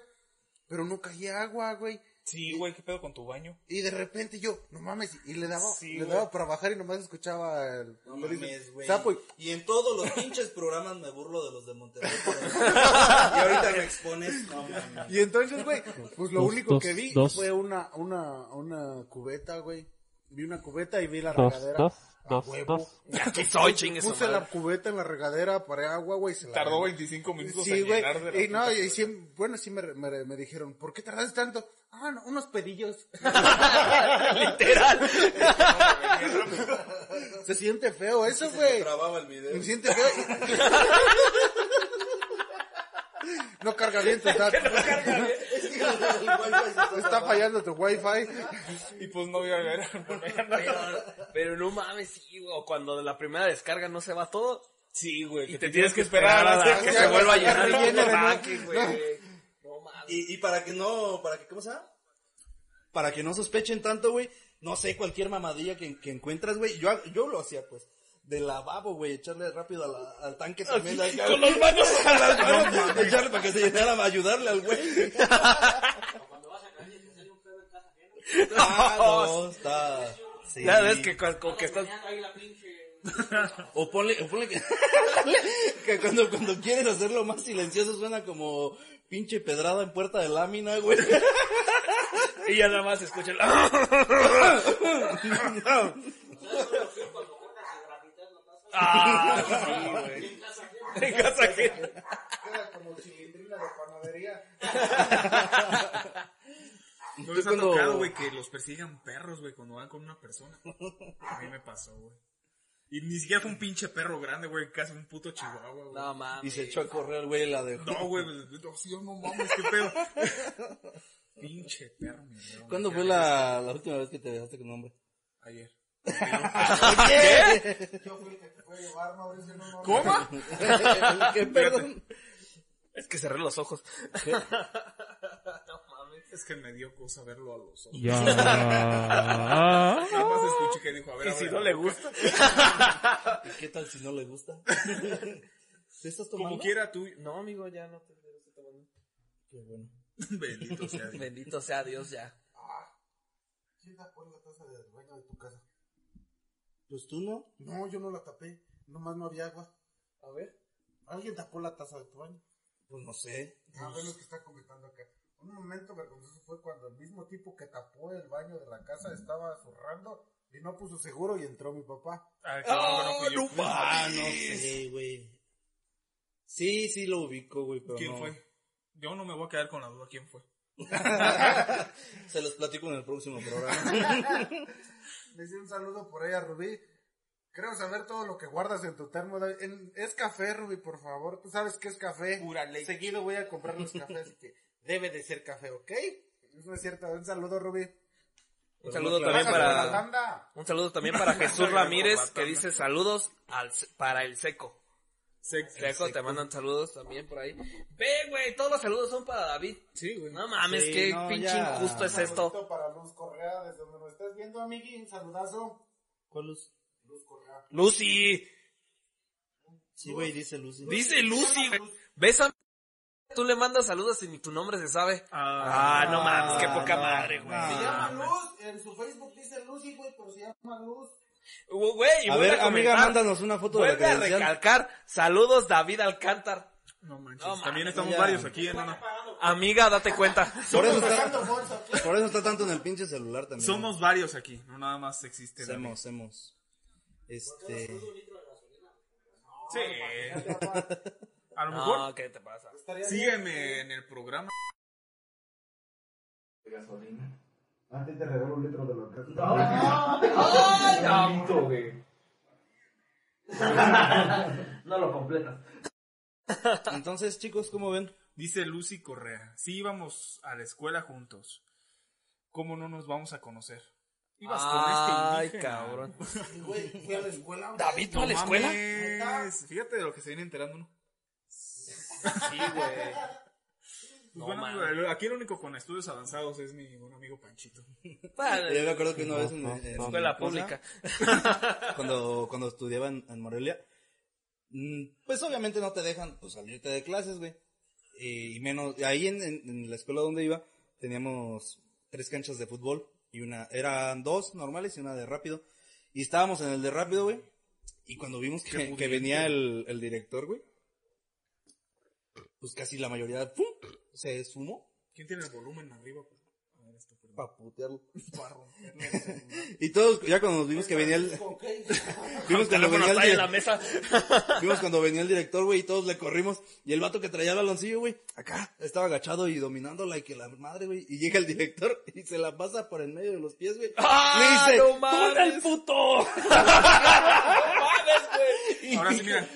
Speaker 3: Pero no caía agua, güey.
Speaker 5: Sí, güey, ¿qué pedo con tu baño?
Speaker 3: Y de repente yo, no mames, y le daba,
Speaker 5: Sí,
Speaker 3: le
Speaker 5: güey.
Speaker 3: daba para bajar y nomás escuchaba el
Speaker 4: No
Speaker 3: cuando dice,
Speaker 4: mames, güey.
Speaker 3: sapo. y-
Speaker 4: Y en todos los pinches programas me burlo de los de Monterrey. *laughs* pero- y ahorita me expones. No mames.
Speaker 3: Y entonces, güey, pues lo
Speaker 5: Dos,
Speaker 3: único
Speaker 5: dos,
Speaker 3: que vi
Speaker 5: dos.
Speaker 3: fue una, una, una cubeta, güey. vi una cubeta y vi la
Speaker 13: Dos,
Speaker 3: regadera.
Speaker 13: dos,
Speaker 3: a
Speaker 13: dos,
Speaker 3: huevo.
Speaker 13: dos.
Speaker 3: Y aquí
Speaker 2: soy, chingue su
Speaker 3: Puse
Speaker 2: madre.
Speaker 3: la cubeta en la regadera, paré agua, güey, y se la
Speaker 5: Tardó
Speaker 3: regué.
Speaker 5: 25 minutos
Speaker 3: Sí,
Speaker 5: en
Speaker 3: güey.
Speaker 5: llenar de la
Speaker 3: Y no,
Speaker 5: puta
Speaker 3: y sí, bueno, sí me, me, me dijeron, ¿por qué tardaste tanto? Ah, no, unos *laughs* pedillos.
Speaker 2: Literal.
Speaker 3: Se siente feo eso, güey.
Speaker 4: Trababa el video.
Speaker 3: Me siente feo. *laughs* No carga bien tu dato. *laughs* Está fallando tu wifi.
Speaker 5: Y pues no voy a ver.
Speaker 2: Pero, pero no mames, sí, güey. o Cuando la primera descarga no se va todo. Sí, güey. Y te tienes que esperar a la- que se
Speaker 4: *laughs*
Speaker 2: vuelva a llenar
Speaker 3: que
Speaker 2: el
Speaker 3: rellene de nuevo.
Speaker 2: tanque, güey. No mames.
Speaker 4: Y, y para que no, para que, ¿cómo se llama? Para que no sospechen tanto, güey. No sé, cualquier mamadilla que, que encuentras, güey. Yo, yo lo hacía, pues. De lavabo, güey. Echarle rápido a la- al tanque también. acá,
Speaker 2: Con
Speaker 4: güey.
Speaker 2: los manos
Speaker 4: A las manos, echarle para que se llenara, para ayudarle al güey. Ah, no, está. Sí.
Speaker 2: Nada,
Speaker 5: *laughs*
Speaker 2: es que cu- como que estás.
Speaker 4: O ponle, o
Speaker 2: *laughs*
Speaker 4: ponle que, que cuando, cuando quieres hacerlo más silencioso suena como pinche pedrada en puerta de lámina, güey.
Speaker 2: Y ya nada más
Speaker 4: *laughs*
Speaker 2: escuchas. Ah, sí, güey. En casa ajena.
Speaker 3: Queda como cilindrina de panadería.
Speaker 5: ¿No les ha
Speaker 4: cuando-
Speaker 5: tocado, güey, que los persigan perros, güey, cuando van con una persona? *laughs* A mí me pasó, güey. Y ni siquiera fue un pinche perro grande, güey, casi un puto chihuahua, güey.
Speaker 2: No
Speaker 4: Y
Speaker 2: mames.
Speaker 4: se echó a correr, güey, la dejó.
Speaker 5: No, güey, pues, no, sí, yo no mames, qué pedo. *laughs* pinche perro, mi hermano.
Speaker 4: ¿Cuándo fue la, la última vez que te dejaste con un hombre?
Speaker 5: Ayer.
Speaker 3: Yo fui el que te fue a llevar, Mauricio. No, no,
Speaker 5: ¿Cómo?
Speaker 4: *laughs* ¿Qué perdón?
Speaker 2: Es que cerré los ojos. *laughs*
Speaker 5: Es que me dio cosa verlo a los ojos.
Speaker 13: Ya.
Speaker 5: *laughs* Nada más escuché que dijo, a ver,
Speaker 2: Y
Speaker 5: abre
Speaker 2: si
Speaker 5: la
Speaker 2: no le
Speaker 5: boca.
Speaker 2: gusta.
Speaker 4: ¿Y qué tal si no le *laughs* gusta? ¿Te estás tomando?
Speaker 5: Como quiera tú.
Speaker 2: No, amigo, ya no te estoy tomando.
Speaker 4: Qué bueno.
Speaker 5: *laughs* Bendito sea. Dios.
Speaker 2: Bendito sea Dios ya.
Speaker 3: ¿Quién tapó la taza del baño de tu casa?
Speaker 4: Pues tú no.
Speaker 3: No, yo no la tapé. Nomás no había agua. A ver. ¿Alguien tapó la taza de tu baño?
Speaker 4: Pues no sé.
Speaker 3: A ver Ah, lo que está comentando acá. Un momento vergonzoso fue cuando el mismo tipo que tapó el baño de la casa estaba zurrando y no puso seguro y entró mi papá.
Speaker 5: Ah, qué bueno, no fui yo.
Speaker 4: Ah, no sé, güey. Sí, sí lo ubico, güey, pero
Speaker 5: ¿Quién
Speaker 4: no.
Speaker 5: fue? Yo no me voy a quedar con la duda quién fue.
Speaker 4: Se los platico en el próximo programa.
Speaker 3: Le hice un saludo por ella, Rubí. Creo saber todo lo que guardas en tu termo. David. En- es café, Rubí, por favor. Tú sabes que es café.
Speaker 5: Pura ley.
Speaker 3: Seguido voy a comprar los cafés así que debe de ser café, ¿ok? No es cierto. Un saludo, Rubí.
Speaker 2: Un saludo también
Speaker 3: Pásate la
Speaker 2: para.
Speaker 3: tanda.
Speaker 2: Un saludo también para Jesús Ramírez que dice saludos al, para el seco.
Speaker 5: Seco.
Speaker 2: Seco, te mandan saludos también por ahí. Ve, güey, todos los saludos son para David.
Speaker 5: Sí, güey.
Speaker 2: No mames,
Speaker 4: Sí,
Speaker 2: qué
Speaker 4: no,
Speaker 2: pinche
Speaker 4: ya.
Speaker 2: injusto es
Speaker 3: Un saludito
Speaker 2: esto.
Speaker 3: Para Luz Correa, desde donde nos estás viendo, amigui. Un saludazo.
Speaker 4: ¿Cuál luz?
Speaker 3: Luz Correa.
Speaker 2: Lucy,
Speaker 4: Sí, güey, dice Lucy.
Speaker 2: dice Lucy, güey. Bésame. Tú le mandas saludos y ni tu nombre se sabe. Ah, no mames, qué poca
Speaker 4: no,
Speaker 2: madre, güey.
Speaker 4: no.
Speaker 3: Se
Speaker 4: Ah,
Speaker 3: llama Luz, en su Facebook dice Lucy, güey, pero se llama Luz.
Speaker 2: Güey, y
Speaker 4: A
Speaker 2: vuelve
Speaker 4: ver, amiga,
Speaker 2: comentar.
Speaker 4: mándanos una foto de la
Speaker 2: Vuelve a
Speaker 4: credencial.
Speaker 2: recalcar. Saludos, David Alcántar.
Speaker 5: No manches.
Speaker 2: No
Speaker 5: Pues También
Speaker 2: mames,
Speaker 5: estamos
Speaker 4: ya.
Speaker 5: varios aquí, ¿eh? No, no.
Speaker 2: Amiga, date cuenta.
Speaker 4: Por eso, está, por eso está tanto en el pinche celular también.
Speaker 5: Somos varios aquí. No nada más existe. David.
Speaker 4: Semos, semos. Este.
Speaker 5: Sí. A lo mejor
Speaker 2: No, Ah, ¿qué te pasa?
Speaker 5: sígueme en el programa.
Speaker 3: Antes te regalo un litro de la
Speaker 4: Entonces, chicos, ¿cómo ven?
Speaker 5: Dice Lucy Correa. Sí íbamos a la escuela juntos. ¿Cómo no nos vamos a conocer? Ibas
Speaker 2: Ay,
Speaker 5: con este indígena.
Speaker 2: cabrón.
Speaker 3: Güey, fui a la escuela. güey.
Speaker 2: David, ¿tú a la
Speaker 5: No
Speaker 2: escuela?
Speaker 5: mames. Pues, Fíjate de lo que se viene enterando uno.
Speaker 2: Sí, güey.
Speaker 5: Pues
Speaker 2: No,
Speaker 5: bueno,
Speaker 2: mames.
Speaker 5: amigo, aquí el único con estudios avanzados es mi buen amigo Panchito.
Speaker 2: Bueno,
Speaker 5: Eh,
Speaker 4: Yo me acuerdo que una vez en, en-
Speaker 2: Escuela
Speaker 4: ¿cómo se llama?
Speaker 5: *laughs*
Speaker 2: pública.
Speaker 4: cuando, cuando estudiaba en, en Morelia, mm, pues obviamente no te dejan pues, salirte de clases, güey. Y, y menos, ahí en, en- en la escuela donde iba, teníamos tres canchas de fútbol y una, eran dos normales y una de rápido. Y estábamos en el de rápido, güey. Y cuando vimos que, que venía el, el director, güey, pues casi la mayoría, ¡pum! se esfumó. *laughs*
Speaker 5: ¿Quién tiene el volumen arriba?
Speaker 8: en esto, perdón.
Speaker 4: Para putearlo.
Speaker 8: Para romperlo, perdón.
Speaker 4: Y todos, ya cuando nos vimos que venía el. *laughs* Vimos cuando venía el,
Speaker 2: en la
Speaker 4: direc-
Speaker 2: mesa.
Speaker 4: *laughs* vimos cuando venía el director, güey, y todos le corrimos. Y el vato que traía el baloncillo, güey, acá, estaba agachado y dominándola y que la madre, güey. Y llega el director *laughs* y se la pasa por en medio de los pies, güey.
Speaker 2: ¡Ah,
Speaker 4: Le dice,
Speaker 2: no mames!
Speaker 4: "Tú el puto!
Speaker 5: Ahora sí, mira.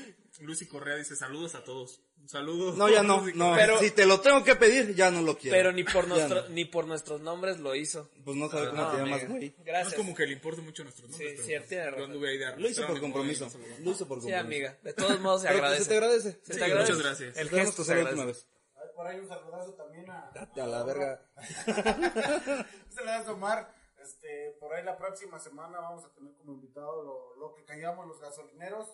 Speaker 5: Lucy Correa dice saludos a todos. Saludos.
Speaker 4: No, ya no, no.
Speaker 2: Pero-
Speaker 4: si te lo tengo que pedir, ya no lo quiero.
Speaker 2: *laughs* Pero ni por,
Speaker 4: Ya
Speaker 2: nuestro- Ah,
Speaker 4: no.
Speaker 2: ni por nuestros nombres lo hizo.
Speaker 4: Pues no sabe cómo
Speaker 2: No,
Speaker 4: te llamas,
Speaker 2: amigo.
Speaker 4: güey.
Speaker 5: No es
Speaker 2: Gracias.
Speaker 5: como que le importe mucho nuestros nombres.
Speaker 2: Sí,
Speaker 5: pero
Speaker 2: cierto, tiene
Speaker 5: pues,
Speaker 2: razón.
Speaker 5: yo anduve ahí de
Speaker 4: Lo hizo
Speaker 5: arrastrado,
Speaker 4: por
Speaker 5: no,
Speaker 4: compromiso.
Speaker 5: no se lo-
Speaker 4: Lo hizo por compromiso.
Speaker 2: Sí, amiga. De todos modos se
Speaker 4: Pero pues,
Speaker 2: agradece.
Speaker 4: se te agradece.
Speaker 2: Se te
Speaker 5: Sí,
Speaker 2: agradece.
Speaker 5: muchas
Speaker 2: El
Speaker 5: gracias.
Speaker 4: Esperemos
Speaker 2: gesto
Speaker 4: que
Speaker 2: se
Speaker 4: sea la última
Speaker 2: agradece.
Speaker 4: vez.
Speaker 10: Por ahí un saludazo también a.
Speaker 4: Date a la verga.
Speaker 10: *laughs* Un saludazo a Omar. Este, por ahí la próxima semana vamos a tener como invitado lo, lo que callamos los gasolineros.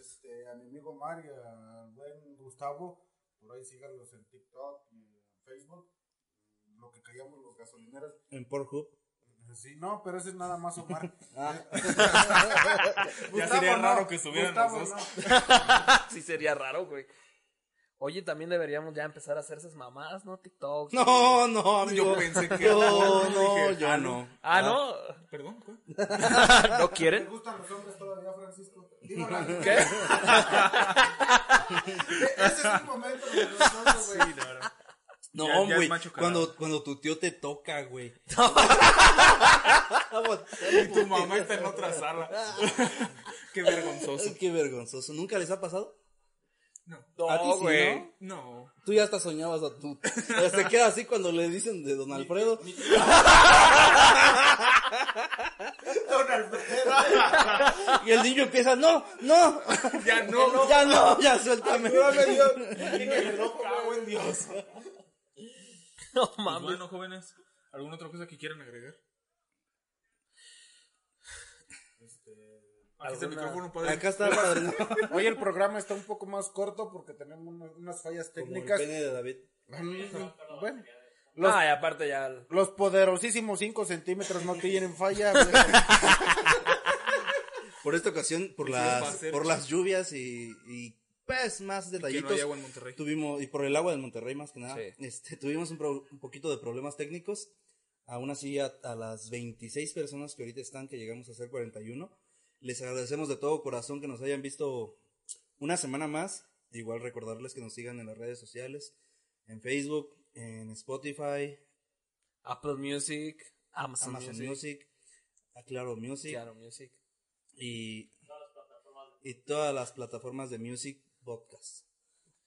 Speaker 10: Este, a mi amigo Omar y al buen Gustavo. Por ahí síganlos en TikTok y en Facebook. Lo que callamos los gasolineros.
Speaker 4: En Pornhub.
Speaker 10: Sí, no, pero ese es nada más Omar. Eh,
Speaker 5: Ya sería raro que subieran los dos.
Speaker 2: sí, sería raro, güey. Oye, también deberíamos ya empezar a hacerse mamadas, ¿no? TikTok.
Speaker 4: *laughs* No, no, amigo.
Speaker 5: Yo pensé que.
Speaker 4: No, no,
Speaker 5: Dije,
Speaker 4: yo
Speaker 5: ah,
Speaker 4: no.
Speaker 2: Ah, ¿no?
Speaker 5: Perdón, ¿cuál?
Speaker 10: *laughs*
Speaker 2: ¿No
Speaker 10: ¿Te
Speaker 2: quieren?
Speaker 10: gustan los hombres todavía, Francisco?
Speaker 2: *laughs*
Speaker 10: Digo, la-
Speaker 2: ¿Qué?
Speaker 10: Ese es un momento de nosotros, güey.
Speaker 5: Ya-
Speaker 4: No,
Speaker 5: ya es
Speaker 4: güey.
Speaker 5: macho calado.
Speaker 4: Cuando, cuando tu tío te toca, güey.
Speaker 5: Y tu mamá está en
Speaker 4: *laughs*
Speaker 5: otra sala. Qué vergonzoso.
Speaker 4: Ay, Qué vergonzoso. ¿Nunca les ha pasado?
Speaker 5: No.
Speaker 4: ¿A ti
Speaker 2: No,
Speaker 4: sí,
Speaker 2: güey.
Speaker 4: no?
Speaker 5: No.
Speaker 4: Tú ya hasta soñabas a tu. Se queda así cuando le dicen de Don Alfredo.
Speaker 5: *laughs*
Speaker 10: Don Alfredo.
Speaker 4: Y el niño empieza, no, no.
Speaker 5: Ya no.
Speaker 4: *laughs* Ya no, ya suéltame.
Speaker 5: Cago en Dios.
Speaker 2: No
Speaker 5: Pues
Speaker 2: mames.
Speaker 5: bueno, jóvenes, ¿alguna otra cosa que quieran agregar? Este, Aquí está el micrófono, padre.
Speaker 4: Acá está el padrino.
Speaker 10: Hoy el programa está un poco más corto porque tenemos una- unas fallas
Speaker 4: Como el
Speaker 10: técnicas.
Speaker 4: pene de David.
Speaker 10: Bueno, los,
Speaker 2: Ah, y aparte ya. el-
Speaker 10: los poderosísimos 5 centímetros no tienen falla.
Speaker 4: Por esta ocasión, por
Speaker 5: va a
Speaker 4: las,
Speaker 5: ser.
Speaker 4: por las lluvias y, y pues más
Speaker 5: Que no
Speaker 4: detallitos.
Speaker 5: hay agua en Monterrey.
Speaker 4: Tuvimos, y por el agua del Monterrey más que nada,
Speaker 2: Sí.
Speaker 4: este, tuvimos un, pro- un poquito de problemas técnicos. Aún así, a, a las 26 personas que ahorita están, que llegamos a ser 41, les agradecemos de todo corazón que nos hayan visto una semana más. Igual recordarles que nos sigan en las redes sociales, en Facebook, en Spotify,
Speaker 2: Apple Music. Amazon,
Speaker 4: Amazon
Speaker 2: Music.
Speaker 4: Music, Aclaro Music
Speaker 2: Claro, Music.
Speaker 4: y, y todas las plataformas de Music Podcast.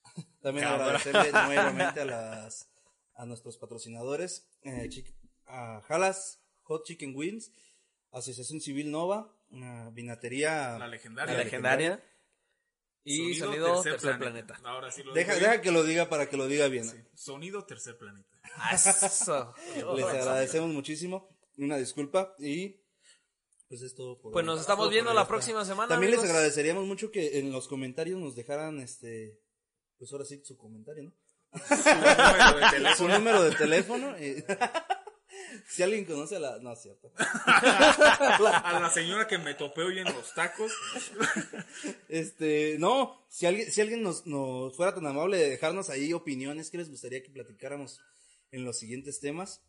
Speaker 4: *laughs* También agradecerle nuevamente a las a nuestros patrocinadores, eh, Chic- a Jalas, Hot Chicken Wings, Asociación Civil Nova, una vinatería.
Speaker 5: La
Speaker 2: La
Speaker 5: legendaria.
Speaker 2: legendaria. Y sonido, tercer, planeta.
Speaker 5: Ahora sí lo
Speaker 4: Deja,
Speaker 5: digo
Speaker 4: deja que lo diga para que lo diga bien.
Speaker 5: bien. Sonido tercer planeta.
Speaker 2: *laughs* Ah, Eso.
Speaker 4: Les agradecemos muchísimo. Una disculpa y pues es todo por
Speaker 2: Pues
Speaker 4: hoy.
Speaker 2: nos
Speaker 4: Todo
Speaker 2: estamos
Speaker 4: por
Speaker 2: viendo
Speaker 4: hoy,
Speaker 2: la
Speaker 4: hasta-
Speaker 2: próxima semana.
Speaker 4: También les
Speaker 2: amigos.
Speaker 4: agradeceríamos mucho que en los comentarios nos dejaran este pues ahora sí su comentario, ¿no?
Speaker 5: Número *laughs* de teléfono.
Speaker 4: su número de teléfono. y- *laughs* si alguien conoce a la. No, es cierto.
Speaker 5: A la señora que me topé hoy en los tacos.
Speaker 4: Este, no, si alguien, si alguien nos, nos fuera tan amable de dejarnos ahí opiniones que les gustaría que platicáramos en los siguientes temas.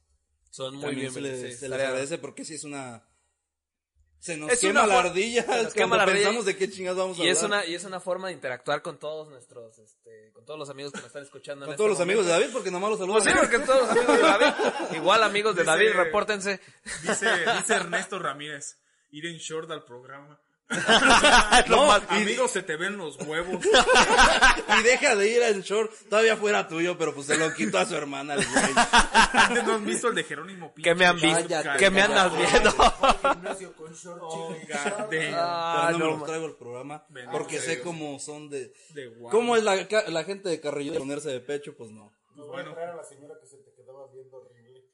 Speaker 2: Son muy bien.
Speaker 4: También se les,
Speaker 2: sí,
Speaker 4: se les
Speaker 2: estaría-
Speaker 4: agradece porque si es una. Se nos
Speaker 2: Es
Speaker 4: quema
Speaker 2: una
Speaker 4: la
Speaker 2: for-
Speaker 4: ardilla.
Speaker 2: se nos
Speaker 4: cuando
Speaker 2: quema la ardilla.
Speaker 4: pensamos de qué chingados vamos a
Speaker 2: Y es,
Speaker 4: hablar.
Speaker 2: una, y es una forma de interactuar con todos nuestros, este, con todos los amigos que nos están escuchando. en
Speaker 4: Con todos los
Speaker 2: este
Speaker 4: amigos de
Speaker 2: momento.
Speaker 4: David, porque nomás los saludos.
Speaker 2: Pues sí, porque todos los amigos de
Speaker 4: *laughs*
Speaker 2: David. Igual amigos de
Speaker 5: Dice-
Speaker 2: David, repórtense.
Speaker 5: Dice, dice Ernesto Ramírez, ir en short al programa.
Speaker 4: "Ah, No, y-
Speaker 5: Amigos, se te ven los
Speaker 2: *laughs*
Speaker 5: huevos.
Speaker 4: Y deja de ir al short. Todavía fuera tuyo, pero pues se lo quitó a su hermana. el güey.
Speaker 5: Antes no han visto el de Jerónimo Pinto.
Speaker 2: Que me han visto,
Speaker 4: Cállate,
Speaker 2: que me andas viendo.
Speaker 10: Gimnasio con short, chico.
Speaker 2: *laughs* Ah, no,
Speaker 4: pero no, me los
Speaker 2: ma-
Speaker 4: traigo el programa
Speaker 5: Bendito
Speaker 4: porque
Speaker 5: sea
Speaker 4: sé
Speaker 5: Dios.
Speaker 4: cómo son de...
Speaker 5: De guau.
Speaker 4: ¿Cómo es la, ca- la gente de Carrillo de ponerse de pecho? Pues no.
Speaker 10: Nos voy a traer a la señora que se te quedaba viendo horrible.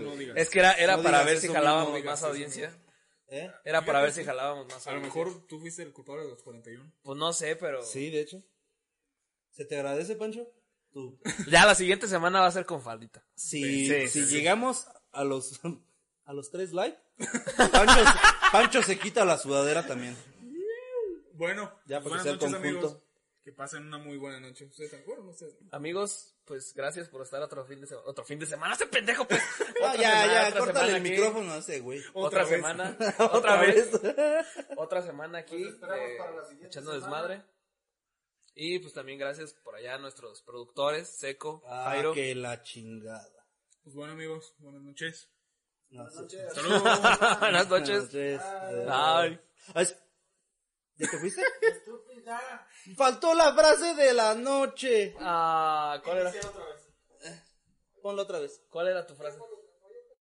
Speaker 5: No digas.
Speaker 2: es que era, era
Speaker 4: No
Speaker 2: para
Speaker 4: digas
Speaker 2: ver
Speaker 4: eso,
Speaker 2: si
Speaker 4: no
Speaker 2: jalábamos
Speaker 4: digas
Speaker 2: más
Speaker 4: eso,
Speaker 2: audiencia.
Speaker 4: ¿Eh?
Speaker 2: Era para ver si jalábamos más
Speaker 5: A lo
Speaker 2: audiencia.
Speaker 5: mejor tú fuiste el culpable de los 41.
Speaker 2: Pues no sé, pero.
Speaker 4: Sí, de hecho. ¿Se te agradece, Pancho? Tú.
Speaker 2: Ya la siguiente semana va a ser con faldita.
Speaker 4: Si,
Speaker 2: Sí,
Speaker 4: si
Speaker 2: sí, sí.
Speaker 4: llegamos a los *laughs* a los tres likes, Pancho, se- Pancho se quita la sudadera también.
Speaker 5: Bueno,
Speaker 4: Ya, para que
Speaker 5: buenas
Speaker 4: sea el
Speaker 5: noches,
Speaker 4: conjunto.
Speaker 5: amigos. Que pasen una muy buena noche. ¿Ustedes están de acuerdo? o no ustedes?
Speaker 2: Amigos, pues gracias por estar otro fin de semana. Otro fin de semana, ese pendejo,
Speaker 4: *laughs*
Speaker 2: pues.
Speaker 4: Ah,
Speaker 2: Otra
Speaker 4: ya,
Speaker 2: semana,
Speaker 4: ya,
Speaker 2: otra
Speaker 4: córtale
Speaker 2: semana
Speaker 4: el
Speaker 2: aquí.
Speaker 4: micrófono a ese güey.
Speaker 2: Otra,
Speaker 5: Otra
Speaker 4: *laughs*
Speaker 5: vez.
Speaker 2: semana, otra vez, otra semana aquí,
Speaker 10: Pues esperamos
Speaker 2: eh,
Speaker 10: para la siguiente
Speaker 2: echando
Speaker 10: semana.
Speaker 2: desmadre. Y pues también gracias por allá a nuestros productores, Seco,
Speaker 4: Ah,
Speaker 2: Jairo.
Speaker 4: que la chingada.
Speaker 5: Pues bueno, amigos, buenas noches.
Speaker 4: No sé.
Speaker 2: *laughs* Buenas noches. Ay.
Speaker 4: Ay. ¿Ya te fuiste? Faltó la frase de la noche.
Speaker 2: Ah, ¿cuál era?
Speaker 4: Ponlo otra vez.
Speaker 2: ¿Cuál era tu frase?